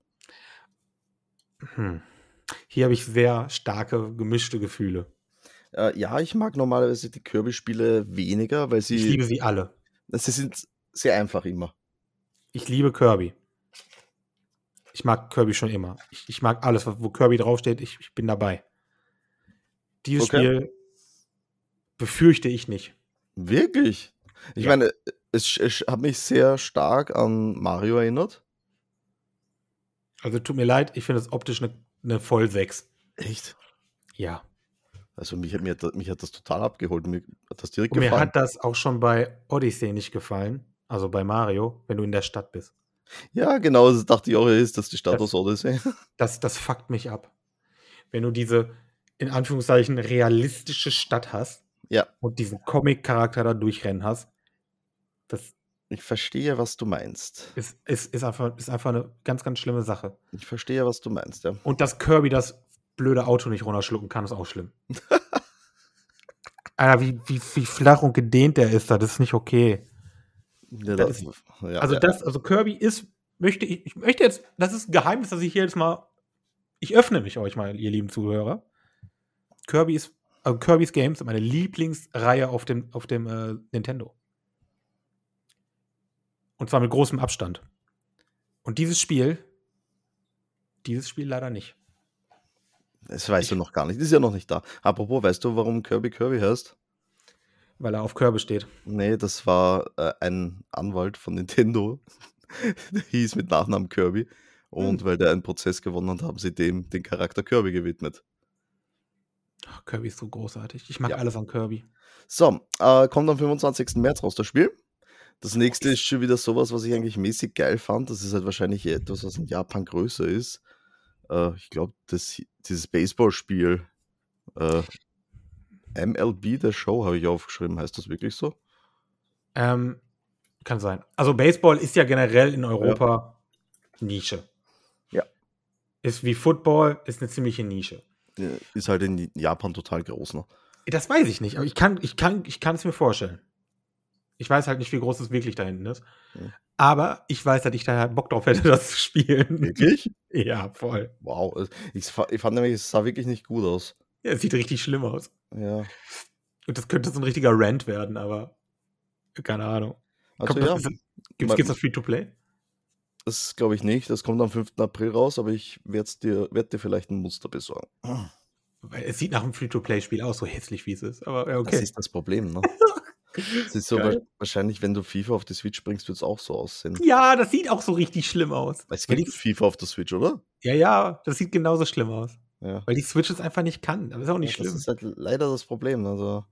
[SPEAKER 2] Hm. Hier habe ich sehr starke, gemischte Gefühle.
[SPEAKER 1] Äh, ja, ich mag normalerweise die Kirby-Spiele weniger, weil
[SPEAKER 2] Ich
[SPEAKER 1] sie,
[SPEAKER 2] liebe sie alle.
[SPEAKER 1] sie sind sehr einfach immer.
[SPEAKER 2] Ich liebe Kirby. Ich mag Kirby schon immer. Ich, ich mag alles, was- wo Kirby draufsteht. Ich, ich bin dabei. Dieses
[SPEAKER 1] Okay.
[SPEAKER 2] Spiel befürchte ich nicht.
[SPEAKER 1] Wirklich? Ich
[SPEAKER 2] Ja.
[SPEAKER 1] meine, es, es hat mich sehr stark an Mario erinnert.
[SPEAKER 2] Also tut mir leid, ich finde es optisch eine ne Voll 6.
[SPEAKER 1] Echt?
[SPEAKER 2] Ja.
[SPEAKER 1] Also mich, hat- mir, hat- mich hat das total abgeholt. Mir hat das direkt
[SPEAKER 2] Und mir
[SPEAKER 1] gefallen.
[SPEAKER 2] hat das auch schon bei Odyssey nicht gefallen. Also bei Mario, wenn du in der Stadt bist.
[SPEAKER 1] Ja, genau, das dachte ich auch, ist das die Stadt
[SPEAKER 2] Das-
[SPEAKER 1] aus Odyssey.
[SPEAKER 2] Das, das fuckt mich ab. Wenn du diese, in Anführungszeichen, realistische Stadt hast
[SPEAKER 1] Ja.
[SPEAKER 2] und diesen Comic-Charakter da durchrennen hast, das,
[SPEAKER 1] Ich verstehe, was du meinst.
[SPEAKER 2] ist, ist, ist, einfach, ist einfach eine ganz, ganz schlimme Sache.
[SPEAKER 1] Ich verstehe, was du meinst, ja.
[SPEAKER 2] Und dass Kirby das blöde Auto nicht runterschlucken kann, ist auch schlimm. Alter, wie, wie, wie flach und gedehnt der ist da, das ist nicht okay.
[SPEAKER 1] ja,
[SPEAKER 2] Das
[SPEAKER 1] da-
[SPEAKER 2] ist-
[SPEAKER 1] ja,
[SPEAKER 2] also
[SPEAKER 1] ja.
[SPEAKER 2] das, also Kirby ist, möchte ich, ich möchte jetzt, das ist ein Geheimnis, dass ich hier jetzt mal, ich öffne mich euch mal, ihr lieben Zuhörer. Kirby ist, also Kirby's Games sind meine Lieblingsreihe auf dem, auf dem äh, Nintendo. Und zwar mit großem Abstand. Und dieses Spiel, dieses Spiel leider nicht.
[SPEAKER 1] das weißt du noch gar nicht. Das ist ja noch nicht da. Apropos, weißt du, warum Kirby Kirby heißt?
[SPEAKER 2] weil er auf Körbe steht.
[SPEAKER 1] Nee, das war äh, ein Anwalt von Nintendo. <laughs> der hieß mit Nachnamen Kirby. Und weil der einen Prozess gewonnen hat, haben sie dem den Charakter Kirby gewidmet.
[SPEAKER 2] Ach, Kirby ist so großartig. Ich mag
[SPEAKER 1] Ja.
[SPEAKER 2] alles an Kirby.
[SPEAKER 1] So, äh, kommt am 25. März raus, das Spiel. Das nächste ist schon wieder sowas, was ich eigentlich mäßig geil fand. Das ist halt wahrscheinlich etwas, was in Japan größer ist. Äh, ich glaube, das, dieses Baseballspiel äh, MLB der Show habe ich aufgeschrieben. Heißt das wirklich so?
[SPEAKER 2] Ähm, kann sein. Also Baseball ist ja generell in Europa Nische.
[SPEAKER 1] Ja.
[SPEAKER 2] Ist wie Football, ist eine ziemliche Nische.
[SPEAKER 1] Äh, Ist halt in Japan total groß. Ne?
[SPEAKER 2] Das weiß ich nicht, aber ich kann, ich kann, ich kann es mir vorstellen. Ich weiß halt nicht, wie groß es wirklich da hinten ist.
[SPEAKER 1] Mhm.
[SPEAKER 2] Aber ich weiß, dass ich da halt Bock drauf hätte, <laughs> das zu spielen.
[SPEAKER 1] Wirklich?
[SPEAKER 2] ja, voll.
[SPEAKER 1] Wow. äh, Ich, fa- ich fand nämlich, es sah wirklich nicht gut aus.
[SPEAKER 2] Ja, es sieht richtig schlimm aus.
[SPEAKER 1] Ja.
[SPEAKER 2] Und das könnte so ein richtiger Rant werden, aber keine Ahnung.
[SPEAKER 1] Also
[SPEAKER 2] Kommt
[SPEAKER 1] ja,
[SPEAKER 2] das- Gibt's, gibt's das Free-to-Play?
[SPEAKER 1] das glaube ich nicht. Das kommt am 5. April raus, aber ich werde dir, werd dir vielleicht ein Muster besorgen.
[SPEAKER 2] Weil es sieht nach einem Free-to-Play-Spiel aus, so hässlich wie es ist. Aber ja,
[SPEAKER 1] Das
[SPEAKER 2] okay.
[SPEAKER 1] ist das Problem, ne? Es
[SPEAKER 2] <laughs>
[SPEAKER 1] ist so
[SPEAKER 2] Geil.
[SPEAKER 1] wa- wahrscheinlich, wenn du FIFA auf die Switch bringst, wird es auch so aussehen.
[SPEAKER 2] Ja, das sieht auch so richtig schlimm aus.
[SPEAKER 1] Es
[SPEAKER 2] Weil
[SPEAKER 1] gibt
[SPEAKER 2] die-
[SPEAKER 1] FIFA auf der Switch, oder?
[SPEAKER 2] ja, ja, das sieht genauso schlimm aus.
[SPEAKER 1] Ja.
[SPEAKER 2] Weil die Switch es einfach nicht kann. Aber ist auch nicht
[SPEAKER 1] Ja, das
[SPEAKER 2] schlimm.
[SPEAKER 1] ist halt leider das Problem. Also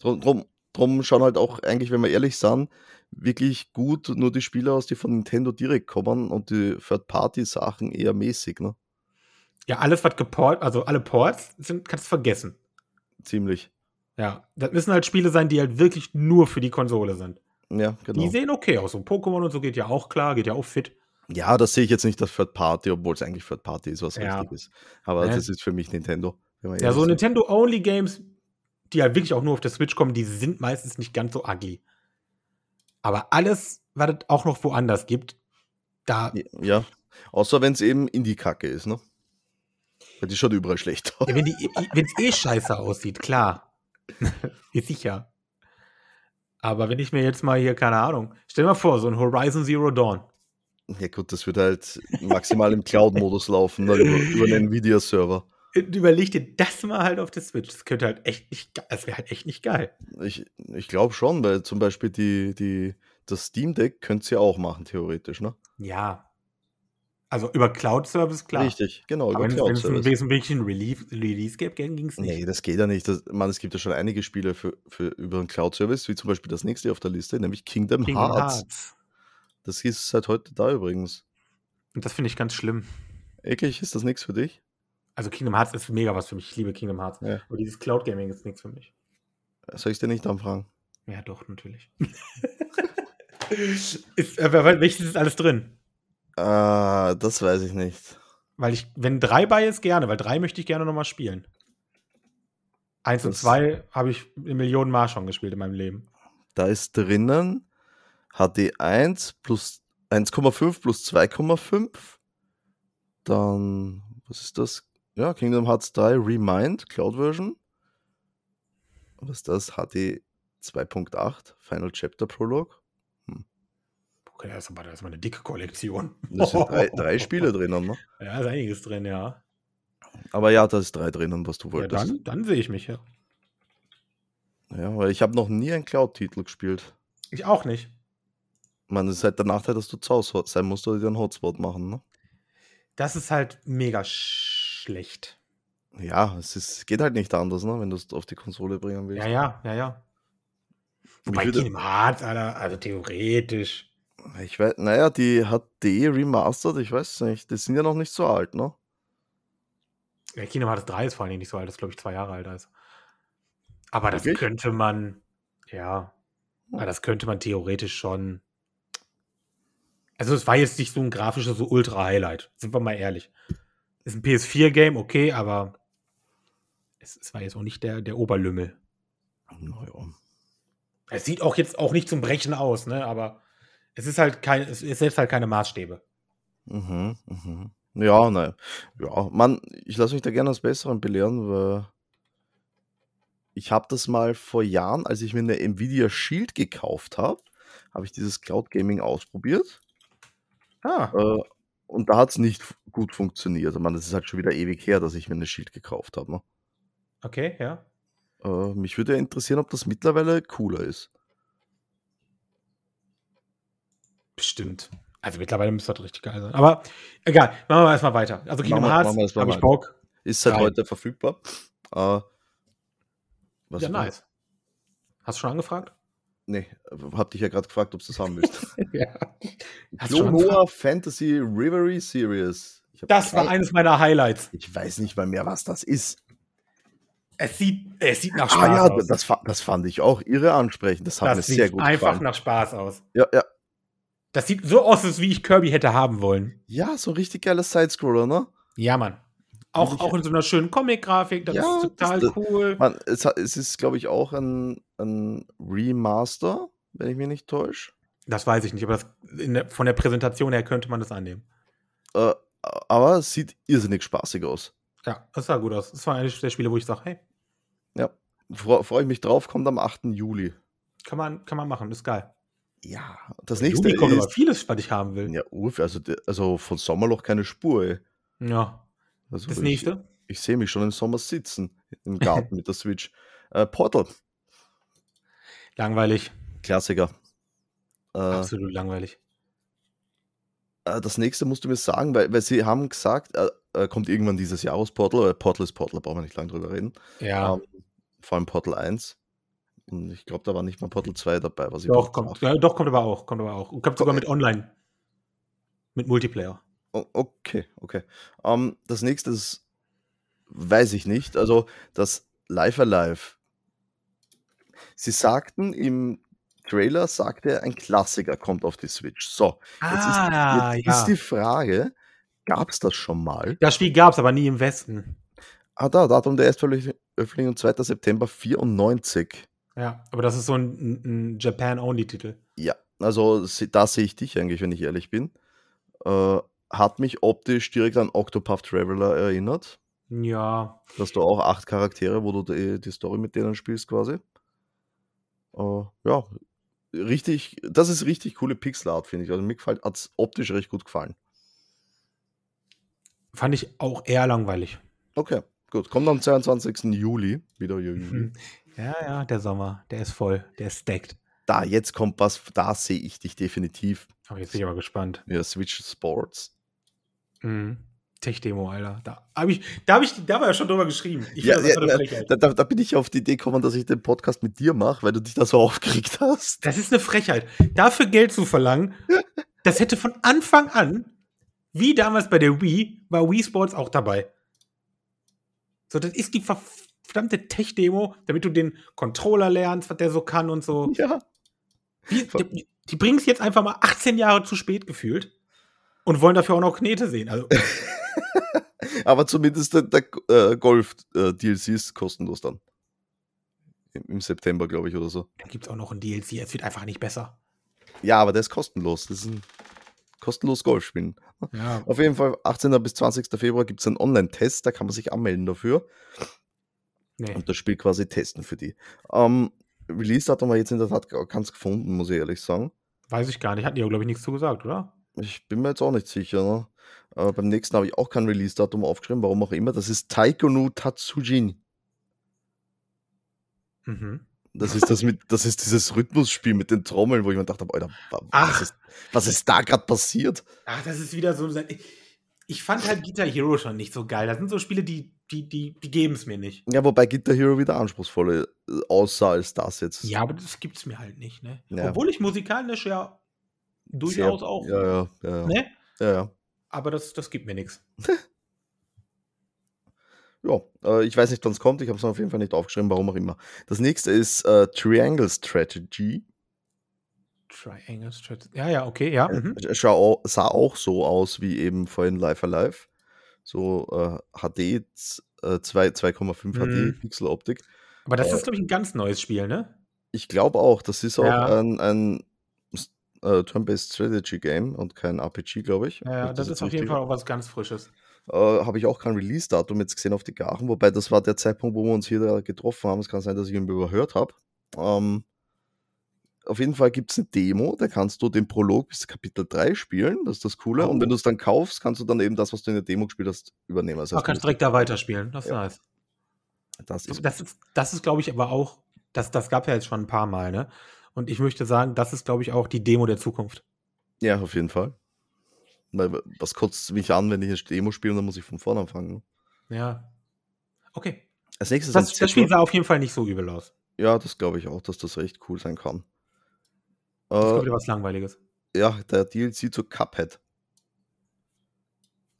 [SPEAKER 1] drum, drum, drum schauen halt auch eigentlich, wenn wir ehrlich sind, wirklich gut nur die Spiele aus, die von Nintendo direkt kommen und die Third-Party-Sachen eher mäßig, ne?
[SPEAKER 2] Ja, alles, was geport, also alle Ports sind, kannst du vergessen.
[SPEAKER 1] Ziemlich.
[SPEAKER 2] Ja, das müssen halt Spiele sein, die halt wirklich nur für die Konsole sind.
[SPEAKER 1] Ja,
[SPEAKER 2] Die
[SPEAKER 1] genau.
[SPEAKER 2] sehen okay aus. So Pokémon und so geht ja auch klar, geht ja auch fit.
[SPEAKER 1] Ja, das sehe ich jetzt nicht als Third Party, obwohl es eigentlich Third Party ist, was
[SPEAKER 2] Ja.
[SPEAKER 1] richtig ist. Aber
[SPEAKER 2] Ne?
[SPEAKER 1] das ist für mich Nintendo. wenn wir
[SPEAKER 2] Ja, so
[SPEAKER 1] ehrlich sind.
[SPEAKER 2] Nintendo-Only-Games die halt wirklich auch nur auf der Switch kommen, die sind meistens nicht ganz so ugly. Aber alles, was es auch noch woanders gibt, da
[SPEAKER 1] Ja. Außer wenn es eben in die Kacke ist, ne? Weil die schaut überall schlecht aus.
[SPEAKER 2] Ja, wenn es eh scheiße aussieht, klar. <laughs> ist sicher. Aber wenn ich mir jetzt mal hier, keine Ahnung, stell dir mal vor, so ein Horizon Zero Dawn.
[SPEAKER 1] Ja, gut, das wird halt maximal im Cloud-Modus laufen, ne? über, über einen Nvidia-Server.
[SPEAKER 2] Äh, Überleg dir das mal halt auf der Switch. Das könnte halt echt nicht, ge- das wäre halt echt nicht geil.
[SPEAKER 1] Ich, ich glaube schon, weil zum Beispiel die, die, das Steam Deck könnt's ja auch machen, theoretisch, ne?
[SPEAKER 2] Ja. Also über Cloud-Service, klar.
[SPEAKER 1] Richtig, genau, über
[SPEAKER 2] Aber wenn es- wenn es ein
[SPEAKER 1] Cloud-Service.
[SPEAKER 2] wesentlichen Relief- Release gab, ging es nicht.
[SPEAKER 1] Nee, das geht ja nicht. Das, man, es gibt ja schon einige Spiele für, für, über einen Cloud-Service, wie zum Beispiel das nächste auf der Liste, nämlich Kingdom,
[SPEAKER 2] Kingdom
[SPEAKER 1] Hearts.
[SPEAKER 2] Hearts.
[SPEAKER 1] Das ist seit heute da übrigens.
[SPEAKER 2] Und das finde ich ganz schlimm.
[SPEAKER 1] Eklig, ist das nichts für dich?
[SPEAKER 2] Also Kingdom Hearts ist mega was für mich. Ich liebe Kingdom Hearts.
[SPEAKER 1] Ja.
[SPEAKER 2] Aber dieses Cloud Gaming ist nichts für mich.
[SPEAKER 1] Soll ich dir nicht anfragen?
[SPEAKER 2] Ja,
[SPEAKER 1] <laughs>
[SPEAKER 2] doch, natürlich. ist, aber wel- welches ist alles drin?
[SPEAKER 1] Ah, das weiß ich nicht.
[SPEAKER 2] Weil ich, wenn drei bei ist, gerne, weil drei möchte ich gerne nochmal spielen. Eins und
[SPEAKER 1] Das-
[SPEAKER 2] zwei habe ich eine Million Mal schon gespielt in meinem Leben.
[SPEAKER 1] Da ist drinnen HD1 plus 1,5 plus 2,5. Dann, was ist das? Ja, Kingdom Hearts 3 Remind, Cloud Version. Was ist das? HD 2.8, Final Chapter Prologue.
[SPEAKER 2] Okay, das ist aber, das ist aber eine dicke Kollektion.
[SPEAKER 1] Da sind
[SPEAKER 2] <laughs>
[SPEAKER 1] drei, drei Spiele drinnen, ne?
[SPEAKER 2] Ja, ist einiges drin, ja.
[SPEAKER 1] Aber ja, da ist drei drinnen, was du
[SPEAKER 2] ja
[SPEAKER 1] wolltest.
[SPEAKER 2] dann dann sehe ich mich, ja.
[SPEAKER 1] Ja, weil ich habe noch nie einen Cloud-Titel gespielt.
[SPEAKER 2] Ich auch nicht.
[SPEAKER 1] Man, das ist halt der Nachteil, dass du zu Hause sein musst oder dir einen Hotspot machen, ne?
[SPEAKER 2] Das ist halt mega sch- schlecht.
[SPEAKER 1] Ja, es ist, geht halt nicht anders, ne, wenn du es auf die Konsole bringen willst.
[SPEAKER 2] Ja, ja, ja, ja. Wobei
[SPEAKER 1] würde-
[SPEAKER 2] Kingdom Hearts, Alter, also theoretisch.
[SPEAKER 1] Ich weiß, naja, die HD remastered, ich weiß nicht, die sind ja noch nicht so alt, ne?
[SPEAKER 2] Ja, Kingdom Hearts 3 ist vor allen Dingen nicht so alt, das glaube ich zwei Jahre alt ist. Aber das
[SPEAKER 1] Wirklich?
[SPEAKER 2] könnte man, ja, aber das könnte man theoretisch schon. Also es war jetzt nicht so ein grafisches so Ultra-Highlight, sind wir mal ehrlich. Ist ein PS4-Game, okay, aber es, es war jetzt auch nicht der, der Oberlümmel.
[SPEAKER 1] Naja.
[SPEAKER 2] Es sieht auch jetzt auch nicht zum Brechen aus, ne? Aber es ist halt kein, es ist selbst halt keine Maßstäbe.
[SPEAKER 1] Mhm, mhm. Ja, nein. Ja, Mann, ich lasse mich da gerne als Besseren belehren, weil ich habe das mal vor Jahren, als ich mir eine Nvidia Shield gekauft habe, habe ich dieses Cloud Gaming ausprobiert.
[SPEAKER 2] Ah,
[SPEAKER 1] Äh, und da hat es nicht f- gut funktioniert. Ich meine, das ist halt schon wieder ewig her, dass ich mir eine Shield gekauft habe. Ne?
[SPEAKER 2] okay, ja.
[SPEAKER 1] Äh, mich würde ja interessieren, ob das mittlerweile cooler ist.
[SPEAKER 2] Bestimmt. Also mittlerweile müsste das richtig geil sein. Aber egal, machen wir erstmal weiter. Also
[SPEAKER 1] Machen
[SPEAKER 2] Kingdom
[SPEAKER 1] wir- machen wir
[SPEAKER 2] Hearts,
[SPEAKER 1] erstmal
[SPEAKER 2] habe ich
[SPEAKER 1] weiter.
[SPEAKER 2] Bock.
[SPEAKER 1] Ist seit
[SPEAKER 2] Geil.
[SPEAKER 1] heute verfügbar. Äh, was
[SPEAKER 2] ja,
[SPEAKER 1] war-
[SPEAKER 2] nice. Hast du schon angefragt?
[SPEAKER 1] <laughs> Nee, hab dich ja gerade gefragt, ob du das haben willst.
[SPEAKER 2] ja. Hast du schon angefragt?
[SPEAKER 1] Klonoa Fantasy Reverie Series. Ich hab
[SPEAKER 2] Das war
[SPEAKER 1] kein-
[SPEAKER 2] eines meiner Highlights.
[SPEAKER 1] Ich weiß nicht mal mehr, was das ist.
[SPEAKER 2] Es sieht, es sieht nach
[SPEAKER 1] Ah
[SPEAKER 2] Spaß
[SPEAKER 1] ja,
[SPEAKER 2] aus.
[SPEAKER 1] das, fa- das fand ich auch irre ansprechend. Das hat
[SPEAKER 2] Das
[SPEAKER 1] mir
[SPEAKER 2] sieht
[SPEAKER 1] sehr gut
[SPEAKER 2] einfach
[SPEAKER 1] gefallen.
[SPEAKER 2] nach Spaß aus.
[SPEAKER 1] Ja, ja.
[SPEAKER 2] Das sieht so aus, als wie ich Kirby hätte haben wollen.
[SPEAKER 1] ja, so richtig geiler Sidescroller, ne?
[SPEAKER 2] Ja, Mann.
[SPEAKER 1] Bin
[SPEAKER 2] Auch,
[SPEAKER 1] ich-
[SPEAKER 2] auch in so einer schönen Comic-Grafik. Das
[SPEAKER 1] Ja,
[SPEAKER 2] ist total
[SPEAKER 1] das- das-
[SPEAKER 2] cool.
[SPEAKER 1] Man, es, hat- es ist, glaube ich, auch ein, ein Remaster, wenn ich mich nicht täusche.
[SPEAKER 2] Das weiß ich nicht, aber das, in der, von der Präsentation her könnte man das annehmen.
[SPEAKER 1] Äh, aber es sieht irrsinnig spaßig aus.
[SPEAKER 2] Ja, das sah gut aus. Das war eines der Spiele, wo ich sage, hey,
[SPEAKER 1] Freue freu ich mich drauf, kommt am 8. Juli.
[SPEAKER 2] kann man, kann man machen, ist geil.
[SPEAKER 1] Ja, das
[SPEAKER 2] Im
[SPEAKER 1] nächste
[SPEAKER 2] Juni kommt aber
[SPEAKER 1] ist.
[SPEAKER 2] vieles, was ich haben will.
[SPEAKER 1] Ja, Uff, also, der- also von Sommerloch keine Spur, ey.
[SPEAKER 2] Ja.
[SPEAKER 1] Also
[SPEAKER 2] Das
[SPEAKER 1] ich-
[SPEAKER 2] nächste?
[SPEAKER 1] Ich sehe mich schon im Sommer sitzen
[SPEAKER 2] <laughs>
[SPEAKER 1] im Garten mit der Switch. Äh, Portal,
[SPEAKER 2] Langweilig.
[SPEAKER 1] Klassiker. Äh,
[SPEAKER 2] Absolut langweilig.
[SPEAKER 1] äh, das nächste musst du mir sagen, weil, weil sie haben gesagt, äh, äh, kommt irgendwann dieses Jahr aus Portal, aber Portal ist Portal, brauchen wir nicht lange drüber reden.
[SPEAKER 2] Ja.
[SPEAKER 1] Ähm, vor allem Portal 1. Und ich glaube, da war nicht mal Portal 2 dabei, was ich
[SPEAKER 2] Hm. doch,
[SPEAKER 1] auch
[SPEAKER 2] kommt,
[SPEAKER 1] brauch.
[SPEAKER 2] ja, doch, kommt aber auch. Kommt aber auch. Und kommt sogar mit online. Mit Multiplayer.
[SPEAKER 1] O- Okay, okay. Ähm, das nächste ist, weiß ich nicht, also das Life Alive. Sie sagten im Trailer, sagte er, ein Klassiker kommt auf die Switch. So, Jetzt
[SPEAKER 2] Ah,
[SPEAKER 1] ist, jetzt ist die Frage, gab es das schon mal?
[SPEAKER 2] das Spiel gab es aber nie im Westen.
[SPEAKER 1] Ah, da, Datum der Erstveröffentlichung Öffling und 2. September 94.
[SPEAKER 2] Ja, aber das ist so ein, ein Japan-Only-Titel.
[SPEAKER 1] Ja, also se- da sehe ich dich eigentlich, wenn ich ehrlich bin. Äh, hat mich optisch direkt an Octopath Traveler erinnert,
[SPEAKER 2] Ja,
[SPEAKER 1] dass du auch acht Charaktere, wo du die, die Story mit denen spielst quasi. Äh, ja, richtig, das ist richtig coole Pixelart, finde ich. Also mir gefällt, hat es optisch recht gut gefallen.
[SPEAKER 2] fand ich auch eher langweilig.
[SPEAKER 1] Okay, gut. Kommt am 22. Juli, wieder Juli.
[SPEAKER 2] Hm. Mhm. Ja, ja, der Sommer, der ist voll, der ist stacked.
[SPEAKER 1] Da, jetzt kommt was, da sehe ich dich definitiv.
[SPEAKER 2] Aber jetzt bin ich aber gespannt.
[SPEAKER 1] Ja, Switch Sports.
[SPEAKER 2] Mhm. Tech-Demo, Alter. Da habe ich, da habe ich, da haben wir ja schon drüber geschrieben. Ich
[SPEAKER 1] Ja,
[SPEAKER 2] finde, das
[SPEAKER 1] ja,
[SPEAKER 2] ist eine
[SPEAKER 1] ja.
[SPEAKER 2] Frechheit.
[SPEAKER 1] Da, da, da bin ich auf die Idee gekommen, dass ich den Podcast mit dir mache, weil du dich da so <laughs> aufgeregt hast. <laughs>
[SPEAKER 2] Das ist eine Frechheit. Dafür Geld zu verlangen, das hätte von Anfang an, wie damals bei der Wii, war Wii Sports auch dabei. So, das ist die verf- verdammte Tech-Demo, damit du den Controller lernst, was der so kann
[SPEAKER 1] <laughs>
[SPEAKER 2] und so.
[SPEAKER 1] Ja.
[SPEAKER 2] Wie, die die bringen es jetzt einfach mal 18 Jahre zu spät gefühlt und wollen dafür auch noch Knete sehen. Also,
[SPEAKER 1] Aber zumindest der, der äh, Golf-DLC ist kostenlos dann. Im, im September, glaube ich, oder so.
[SPEAKER 2] da gibt es auch noch ein DLC, es wird einfach nicht besser.
[SPEAKER 1] Ja, aber der ist kostenlos. Das ist ein kostenlos Golf spielen.
[SPEAKER 2] Ja.
[SPEAKER 1] Auf jeden Fall, 18. bis 20. Februar gibt es einen Online-Test, da kann man sich anmelden dafür.
[SPEAKER 2] Nee.
[SPEAKER 1] und das Spiel quasi testen für die. Ähm, Release hat man jetzt in der Tat ganz gefunden, muss ich ehrlich sagen.
[SPEAKER 2] Weiß ich gar nicht. Hatten die ja, glaube ich, nichts zu gesagt, oder?
[SPEAKER 1] Ich bin mir jetzt auch nicht sicher. Ne? Äh, beim nächsten habe ich auch kein Release-Datum aufgeschrieben, warum auch immer. Das ist Taikonu Tatsujin.
[SPEAKER 2] Mhm.
[SPEAKER 1] Das ist das mit, das ist dieses Rhythmusspiel mit den Trommeln, wo ich mir dachte, Alter, wa-
[SPEAKER 2] Ach.
[SPEAKER 1] was ist, was ist da gerade passiert?
[SPEAKER 2] Ach, das ist wieder so. ein- Ich fand halt Guitar Hero schon nicht so geil. Das sind so Spiele, die, die, die, die geben es mir nicht.
[SPEAKER 1] Ja, wobei Guitar Hero wieder anspruchsvoller äh, aussah als das jetzt.
[SPEAKER 2] Ja, aber das gibt's mir halt nicht, ne?
[SPEAKER 1] Ja.
[SPEAKER 2] Obwohl ich musikalisch ja
[SPEAKER 1] Sehr-
[SPEAKER 2] durchaus auch.
[SPEAKER 1] Ja, ja, ja. ja.
[SPEAKER 2] Ne?
[SPEAKER 1] ja, ja.
[SPEAKER 2] Aber das, das gibt mir nichts.
[SPEAKER 1] Ja, äh, ich weiß nicht, wann es kommt. Ich habe es auf jeden Fall nicht aufgeschrieben, warum auch immer. Das nächste ist äh, Triangle Strategy.
[SPEAKER 2] Triangle Strategy. Ja, ja, okay, ja. Mhm.
[SPEAKER 1] Äh, Schau, au- sah auch so aus wie eben vorhin Life Alive. So äh, HD, z- äh, zwei- 2,5
[SPEAKER 2] Mhm.
[SPEAKER 1] HD Pixeloptik.
[SPEAKER 2] Aber das ist, glaube ich, ein ganz neues Spiel, ne?
[SPEAKER 1] Ich glaube auch, das ist auch
[SPEAKER 2] Ja.
[SPEAKER 1] ein, ein s- äh, Turn-Based Strategy Game und kein RPG, glaube ich.
[SPEAKER 2] Ja, ja,
[SPEAKER 1] Wenn ich
[SPEAKER 2] das,
[SPEAKER 1] jetzt
[SPEAKER 2] ist auf jeden
[SPEAKER 1] richtig-
[SPEAKER 2] Fall auch was ganz Frisches.
[SPEAKER 1] Äh, habe ich auch kein Release-Datum jetzt gesehen auf die Garchen, wobei das war der Zeitpunkt, wo wir uns hier da getroffen haben. Es kann sein, dass ich ihn überhört habe. Ähm, auf jeden Fall gibt es eine Demo, da kannst du den Prolog bis Kapitel 3 spielen, das ist das Coole.
[SPEAKER 2] Oh.
[SPEAKER 1] Und wenn du es dann kaufst, kannst du dann eben das, was du in der Demo gespielt hast, übernehmen. Das
[SPEAKER 2] Man
[SPEAKER 1] heißt,
[SPEAKER 2] kann Ah, direkt da weiterspielen. Das ist
[SPEAKER 1] Ja.
[SPEAKER 2] nice.
[SPEAKER 1] das ist
[SPEAKER 2] Das ist, das ist glaube ich, aber auch, das, das gab ja jetzt schon ein paar Mal, ne? Und ich möchte sagen, das ist, glaube ich, auch die Demo der Zukunft.
[SPEAKER 1] Ja, auf jeden Fall. Weil, was kotzt mich an, wenn ich eine Demo spiele und dann muss ich von vorne anfangen? ne?
[SPEAKER 2] Ja. Okay.
[SPEAKER 1] Als nächstes
[SPEAKER 2] Das,
[SPEAKER 1] ein
[SPEAKER 2] das Spiel
[SPEAKER 1] Zelda-
[SPEAKER 2] sah auf jeden Fall nicht so übel aus.
[SPEAKER 1] Ja, das glaube ich auch, dass das recht cool sein kann.
[SPEAKER 2] Das ist
[SPEAKER 1] Äh,
[SPEAKER 2] glaub ich, was Langweiliges.
[SPEAKER 1] ja, der DLC zu Cuphead.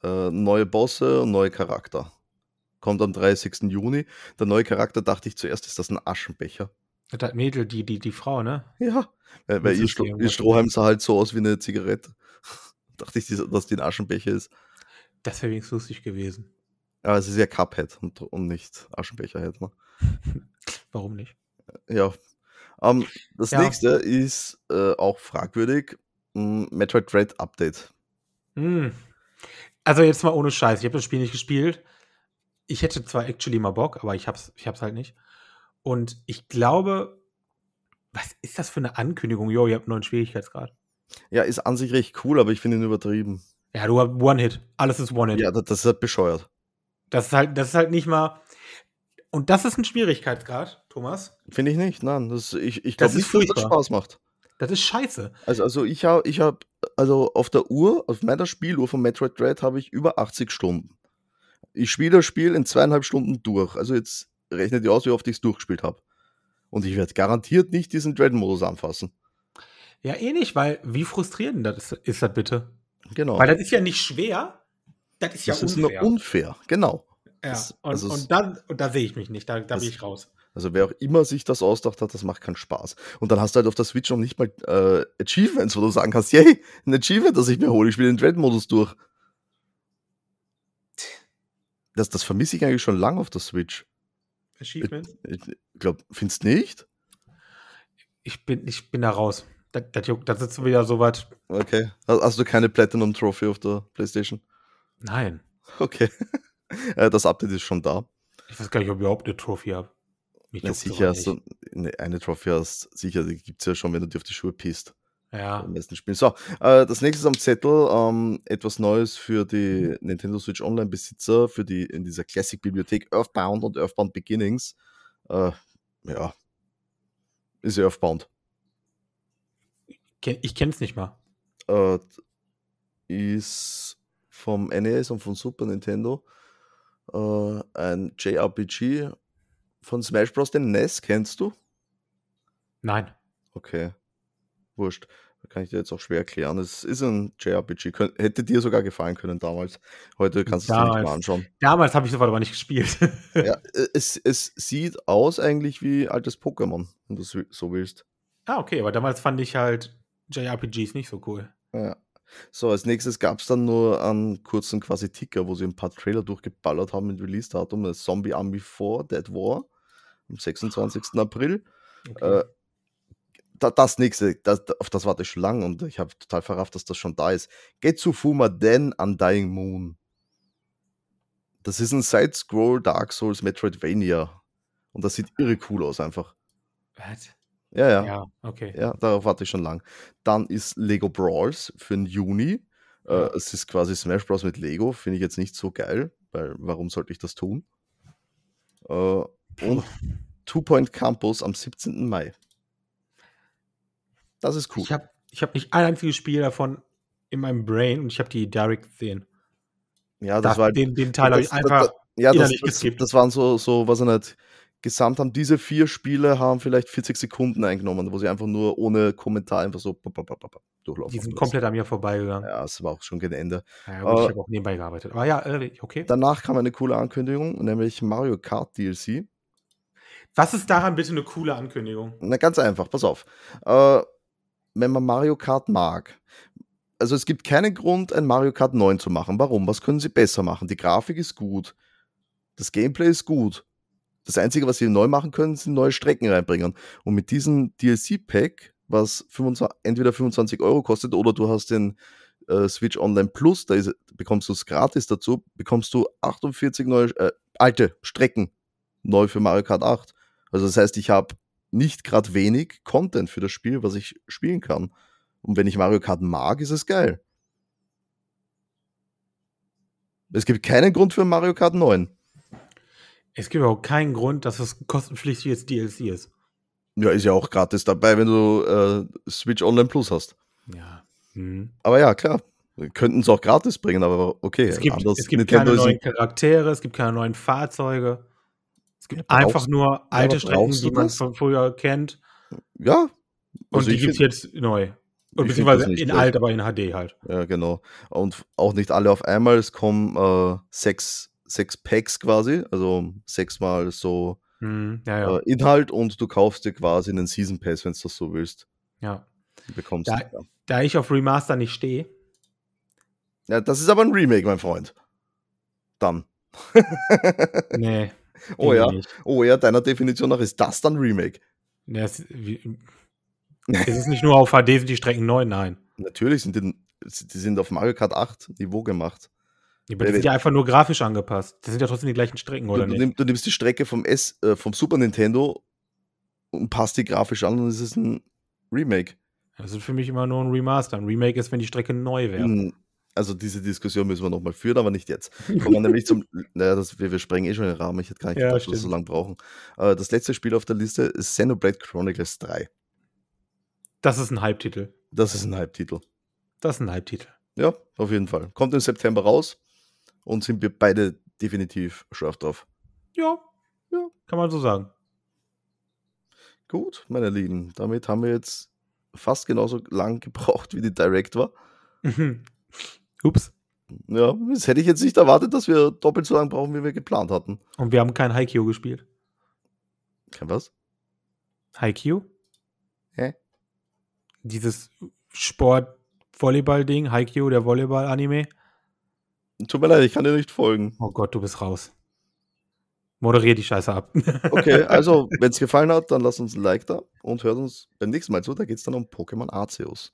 [SPEAKER 1] Äh, neue Bosse und neue Charakter. Kommt am 30. Juni. Der neue Charakter dachte ich zuerst, ist das ein Aschenbecher. <laughs>
[SPEAKER 2] Das hat Mädel, die, die, die Frau, ne?
[SPEAKER 1] Ja. Weil, weil
[SPEAKER 2] Das
[SPEAKER 1] ihr,
[SPEAKER 2] ist
[SPEAKER 1] Stro
[SPEAKER 2] irgendwas.
[SPEAKER 1] ihr Strohhalm sah halt so aus wie eine Zigarette. <laughs> dachte ich, dass das die ein Aschenbecher ist.
[SPEAKER 2] Das wäre wenigstens lustig gewesen.
[SPEAKER 1] Aber es ist ja Cuphead und, und nicht Aschenbecherhead. Ne?
[SPEAKER 2] Warum nicht?
[SPEAKER 1] Ja. Ähm, das
[SPEAKER 2] Ja.
[SPEAKER 1] nächste ist äh, auch fragwürdig. Mm, Metroid Dread Update.
[SPEAKER 2] Hm. Also jetzt mal ohne Scheiß. Ich habe das Spiel nicht gespielt. Ich hätte zwar actually mal Bock, aber ich hab's, ich hab's halt nicht. Und ich glaube, was ist das für eine Ankündigung? Jo, ihr habt einen neuen Schwierigkeitsgrad.
[SPEAKER 1] Ja, ist an sich recht cool, aber ich finde ihn übertrieben.
[SPEAKER 2] Ja, du hast One-Hit. Alles ist One-Hit.
[SPEAKER 1] Ja, das, das ist halt bescheuert.
[SPEAKER 2] Das ist halt, das ist halt nicht mal. Und das ist ein Schwierigkeitsgrad, Thomas.
[SPEAKER 1] Finde ich nicht, nein. Das, ich ich
[SPEAKER 2] Das
[SPEAKER 1] glaube
[SPEAKER 2] ist
[SPEAKER 1] nicht, dass das
[SPEAKER 2] furchtbar.
[SPEAKER 1] Spaß macht.
[SPEAKER 2] Das ist scheiße.
[SPEAKER 1] Also, also ich habe, ich hab, also auf der Uhr, auf meiner Spieluhr von Metroid Dread habe ich über 80 Stunden. Ich spiele das Spiel in zweieinhalb Stunden durch. Also jetzt rechnet ihr aus, wie oft ich es durchgespielt habe. Und ich werde garantiert nicht diesen Dread-Modus anfassen.
[SPEAKER 2] Ja, eh nicht, weil wie frustrierend das ist, ist das bitte?
[SPEAKER 1] Genau.
[SPEAKER 2] Weil das ist ja nicht schwer. Das ist ja
[SPEAKER 1] das ist
[SPEAKER 2] unfair.
[SPEAKER 1] nur unfair, genau.
[SPEAKER 2] ja.
[SPEAKER 1] das-
[SPEAKER 2] Und,
[SPEAKER 1] also es-
[SPEAKER 2] und, dann, und da sehe ich mich nicht. Da, da
[SPEAKER 1] Das-
[SPEAKER 2] bin ich raus.
[SPEAKER 1] Also wer auch immer sich das ausgedacht hat, das macht keinen Spaß. Und dann hast du halt auf der Switch noch nicht mal äh, Achievements, wo du sagen kannst, yay, ein Achievement, das ich mir hole, ich spiele den Dread-Modus durch. Das, das vermisse ich eigentlich schon lange auf der Switch.
[SPEAKER 2] Achievements?
[SPEAKER 1] Ich glaube, findest nicht?
[SPEAKER 2] Ich bin, ich bin da raus. Das, das juckt, da sitzen wir ja so weit.
[SPEAKER 1] Okay. Ha- Hast du keine Platinum Trophy auf der PlayStation?
[SPEAKER 2] Nein.
[SPEAKER 1] Okay. <laughs> Äh, das Update ist schon da.
[SPEAKER 2] Ich weiß gar nicht, ob ich überhaupt eine Trophy habe. Mich
[SPEAKER 1] Ja,
[SPEAKER 2] juckt's
[SPEAKER 1] sicher
[SPEAKER 2] aber
[SPEAKER 1] hast du eine, eine Trophy hast, sicher, die gibt es ja schon, wenn du dir auf die Schuhe pisst.
[SPEAKER 2] Ja.
[SPEAKER 1] Am besten spielen. So, äh, das nächste ist am Zettel ähm, etwas Neues für die Nintendo Switch Online-Besitzer, für die in dieser Classic-Bibliothek Earthbound und Earthbound Beginnings. Äh, ja, ist ja Earthbound.
[SPEAKER 2] Ken- Ich kenn's nicht mal.
[SPEAKER 1] Äh, ist vom NES und von Super Nintendo äh, ein JRPG von Smash Bros. Den NES kennst du?
[SPEAKER 2] Nein.
[SPEAKER 1] Okay. Wurscht. Kann ich dir jetzt auch schwer erklären. Es ist ein JRPG. Kön hätte dir sogar gefallen können damals. Heute kannst du es dir nicht
[SPEAKER 2] Damals.
[SPEAKER 1] mal anschauen.
[SPEAKER 2] Damals habe ich sofort aber nicht gespielt. <laughs>
[SPEAKER 1] Ja, äh, es, es sieht aus eigentlich wie altes Pokémon, wenn du es wi- so willst.
[SPEAKER 2] ah, okay, aber damals fand ich halt JRPGs nicht so cool.
[SPEAKER 1] Ja. So, als nächstes gab es dann nur einen kurzen quasi Ticker, wo sie ein paar Trailer durchgeballert haben mit Release-Datum. Das Zombie Army 4, Dead War, am 26. April.
[SPEAKER 2] Okay.
[SPEAKER 1] Äh, da, das nächste, das, auf das warte ich schon lang und ich habe total verrafft, dass das schon da ist. Getsu Fuma Den Undying Moon. Das ist ein Side-Scroll Dark Souls Metroidvania. Und das sieht irre cool aus einfach.
[SPEAKER 2] Was?
[SPEAKER 1] Ja, ja.
[SPEAKER 2] ja, okay.
[SPEAKER 1] Ja, darauf warte ich schon lang. Dann ist Lego Brawls für den Juni.
[SPEAKER 2] Ja.
[SPEAKER 1] Äh, es ist quasi Smash Bros. mit Lego. Finde ich jetzt nicht so geil, weil warum sollte ich das tun? Äh, und Two Point Campus am 17. Mai. Das ist cool.
[SPEAKER 2] Ich habe ich hab nicht ein einziges Spiel davon in meinem Brain und ich habe die Direct gesehen.
[SPEAKER 1] ja,
[SPEAKER 2] Das
[SPEAKER 1] das Also war halt
[SPEAKER 2] den, den Teil habe ich
[SPEAKER 1] das- das-
[SPEAKER 2] einfach.
[SPEAKER 1] ja, das,
[SPEAKER 2] innerlich
[SPEAKER 1] das,
[SPEAKER 2] geskippt.
[SPEAKER 1] das waren so, so, was ich nicht. Gesamt haben diese vier Spiele haben vielleicht 40 Sekunden eingenommen, wo sie einfach nur ohne Kommentar einfach so pop, pop, pop, pop, durchlaufen.
[SPEAKER 2] Die
[SPEAKER 1] haben
[SPEAKER 2] sind
[SPEAKER 1] lassen.
[SPEAKER 2] komplett an mir vorbeigegangen.
[SPEAKER 1] Ja, es war auch schon gegen Ende.
[SPEAKER 2] Ja, gut, ich
[SPEAKER 1] Äh,
[SPEAKER 2] habe auch nebenbei gearbeitet. Aber ja, äh, okay.
[SPEAKER 1] Danach kam eine coole Ankündigung, nämlich Mario Kart DLC.
[SPEAKER 2] Was ist daran bitte eine coole Ankündigung?
[SPEAKER 1] Na, ganz einfach, pass auf. Äh, wenn man Mario Kart mag, also es gibt keinen Grund, ein Mario Kart 9 zu machen. Warum? Was können sie besser machen? Die Grafik ist gut. Das Gameplay ist gut. Das Einzige, was sie neu machen können, sind neue Strecken reinbringen. Und mit diesem DLC-Pack, was 25, entweder 25 Euro kostet oder du hast den äh, Switch Online Plus, da ist, bekommst du es gratis dazu, bekommst du 48 neue, äh, alte Strecken neu für Mario Kart 8. Also das heißt, ich habe nicht gerade wenig Content für das Spiel, was ich spielen kann. Und wenn ich Mario Kart mag, ist es geil. Es gibt keinen Grund für Mario Kart 9.
[SPEAKER 2] Es gibt überhaupt keinen Grund, dass es kostenpflichtiges DLC ist.
[SPEAKER 1] Ja, ist ja auch gratis dabei, wenn du äh, Switch Online Plus hast.
[SPEAKER 2] Ja. Hm.
[SPEAKER 1] Aber ja, klar, könnten es auch gratis bringen, aber okay.
[SPEAKER 2] Es gibt,
[SPEAKER 1] anders-
[SPEAKER 2] es gibt
[SPEAKER 1] Nintendo
[SPEAKER 2] keine
[SPEAKER 1] ist ein-
[SPEAKER 2] neuen Charaktere, es gibt keine neuen Fahrzeuge. Es gibt
[SPEAKER 1] Ja, brauchst-
[SPEAKER 2] einfach nur alte
[SPEAKER 1] aber
[SPEAKER 2] Strecken,
[SPEAKER 1] brauchst du
[SPEAKER 2] die man
[SPEAKER 1] das?
[SPEAKER 2] von früher kennt.
[SPEAKER 1] Ja.
[SPEAKER 2] Und
[SPEAKER 1] Also
[SPEAKER 2] die
[SPEAKER 1] ich
[SPEAKER 2] gibt es
[SPEAKER 1] find-
[SPEAKER 2] jetzt neu. Und
[SPEAKER 1] ich find
[SPEAKER 2] beziehungsweise
[SPEAKER 1] das nicht
[SPEAKER 2] in
[SPEAKER 1] schlecht.
[SPEAKER 2] alt, aber in HD halt.
[SPEAKER 1] Ja, genau. Und auch nicht alle auf einmal. Es kommen äh, sechs, sechs Packs quasi, also sechsmal so
[SPEAKER 2] Hm, ja, ja.
[SPEAKER 1] äh, Inhalt und du kaufst dir quasi einen Season Pass, wenn du das so willst.
[SPEAKER 2] ja.
[SPEAKER 1] Du Bekommst
[SPEAKER 2] Da-
[SPEAKER 1] ja.
[SPEAKER 2] Da ich auf Remaster
[SPEAKER 1] <laughs>
[SPEAKER 2] nicht stehe,
[SPEAKER 1] ja, das ist aber ein Remake, mein Freund. Dann.
[SPEAKER 2] nee.
[SPEAKER 1] Oh
[SPEAKER 2] bin
[SPEAKER 1] ja.
[SPEAKER 2] ich Nicht.
[SPEAKER 1] Oh ja, deiner Definition nach ist das dann Remake.
[SPEAKER 2] Nee, es,
[SPEAKER 1] <laughs>
[SPEAKER 2] wie, es ist nicht nur auf HD, sind die Strecken neu, nein.
[SPEAKER 1] Natürlich sind die, die sind auf Mario Kart 8 Niveau gemacht.
[SPEAKER 2] Die die sind ja einfach nur grafisch angepasst. Das sind ja trotzdem die gleichen Strecken,
[SPEAKER 1] Du,
[SPEAKER 2] oder
[SPEAKER 1] du,
[SPEAKER 2] nicht?
[SPEAKER 1] nimm, du nimmst die Strecke vom, S, äh, vom Super Nintendo und passt die grafisch an und es ist ein Remake.
[SPEAKER 2] Das ist für mich immer nur ein Remaster. Ein Remake ist, wenn die Strecke neu wäre.
[SPEAKER 1] Hm, Also diese Diskussion müssen wir nochmal führen, aber nicht jetzt. Kommen wir nämlich zum, naja, das, wir, wir sprengen eh schon den Rahmen, ich hätte gar nicht
[SPEAKER 2] Ja,
[SPEAKER 1] gedacht, dass wir so
[SPEAKER 2] stimmt.
[SPEAKER 1] lange brauchen. Äh, das letzte Spiel auf der Liste ist Xenoblade Chronicles 3.
[SPEAKER 2] <laughs> Das ist ein Halbtitel.
[SPEAKER 1] Das ist ein Halbtitel.
[SPEAKER 2] Das ist ein Halbtitel.
[SPEAKER 1] Ja, auf jeden Fall. Kommt im September raus und sind wir beide definitiv scharf drauf.
[SPEAKER 2] Ja, ja, kann man so sagen. <laughs>
[SPEAKER 1] Gut, meine Lieben, damit haben wir jetzt fast genauso lang <laughs> gebraucht, wie die Direct war.
[SPEAKER 2] Ups.
[SPEAKER 1] Ja, das hätte ich jetzt nicht erwartet, dass wir doppelt so lang brauchen, wie wir geplant hatten.
[SPEAKER 2] Und wir haben kein Haikyuu gespielt.
[SPEAKER 1] Kein was?
[SPEAKER 2] Haikyuu?
[SPEAKER 1] Hä?
[SPEAKER 2] Dieses Sport-Volleyball-Ding, Haikyuu, der Volleyball-Anime.
[SPEAKER 1] Tut mir leid, ich kann dir nicht folgen.
[SPEAKER 2] Oh Gott, du bist raus. Moderier die Scheiße ab.
[SPEAKER 1] Okay, also, wenn es gefallen hat, dann lasst uns ein Like da und hört uns beim nächsten Mal zu. Da geht es dann um Pokémon Arceus.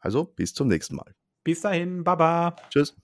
[SPEAKER 1] Also, bis zum nächsten Mal.
[SPEAKER 2] Bis dahin, Baba.
[SPEAKER 1] Tschüss.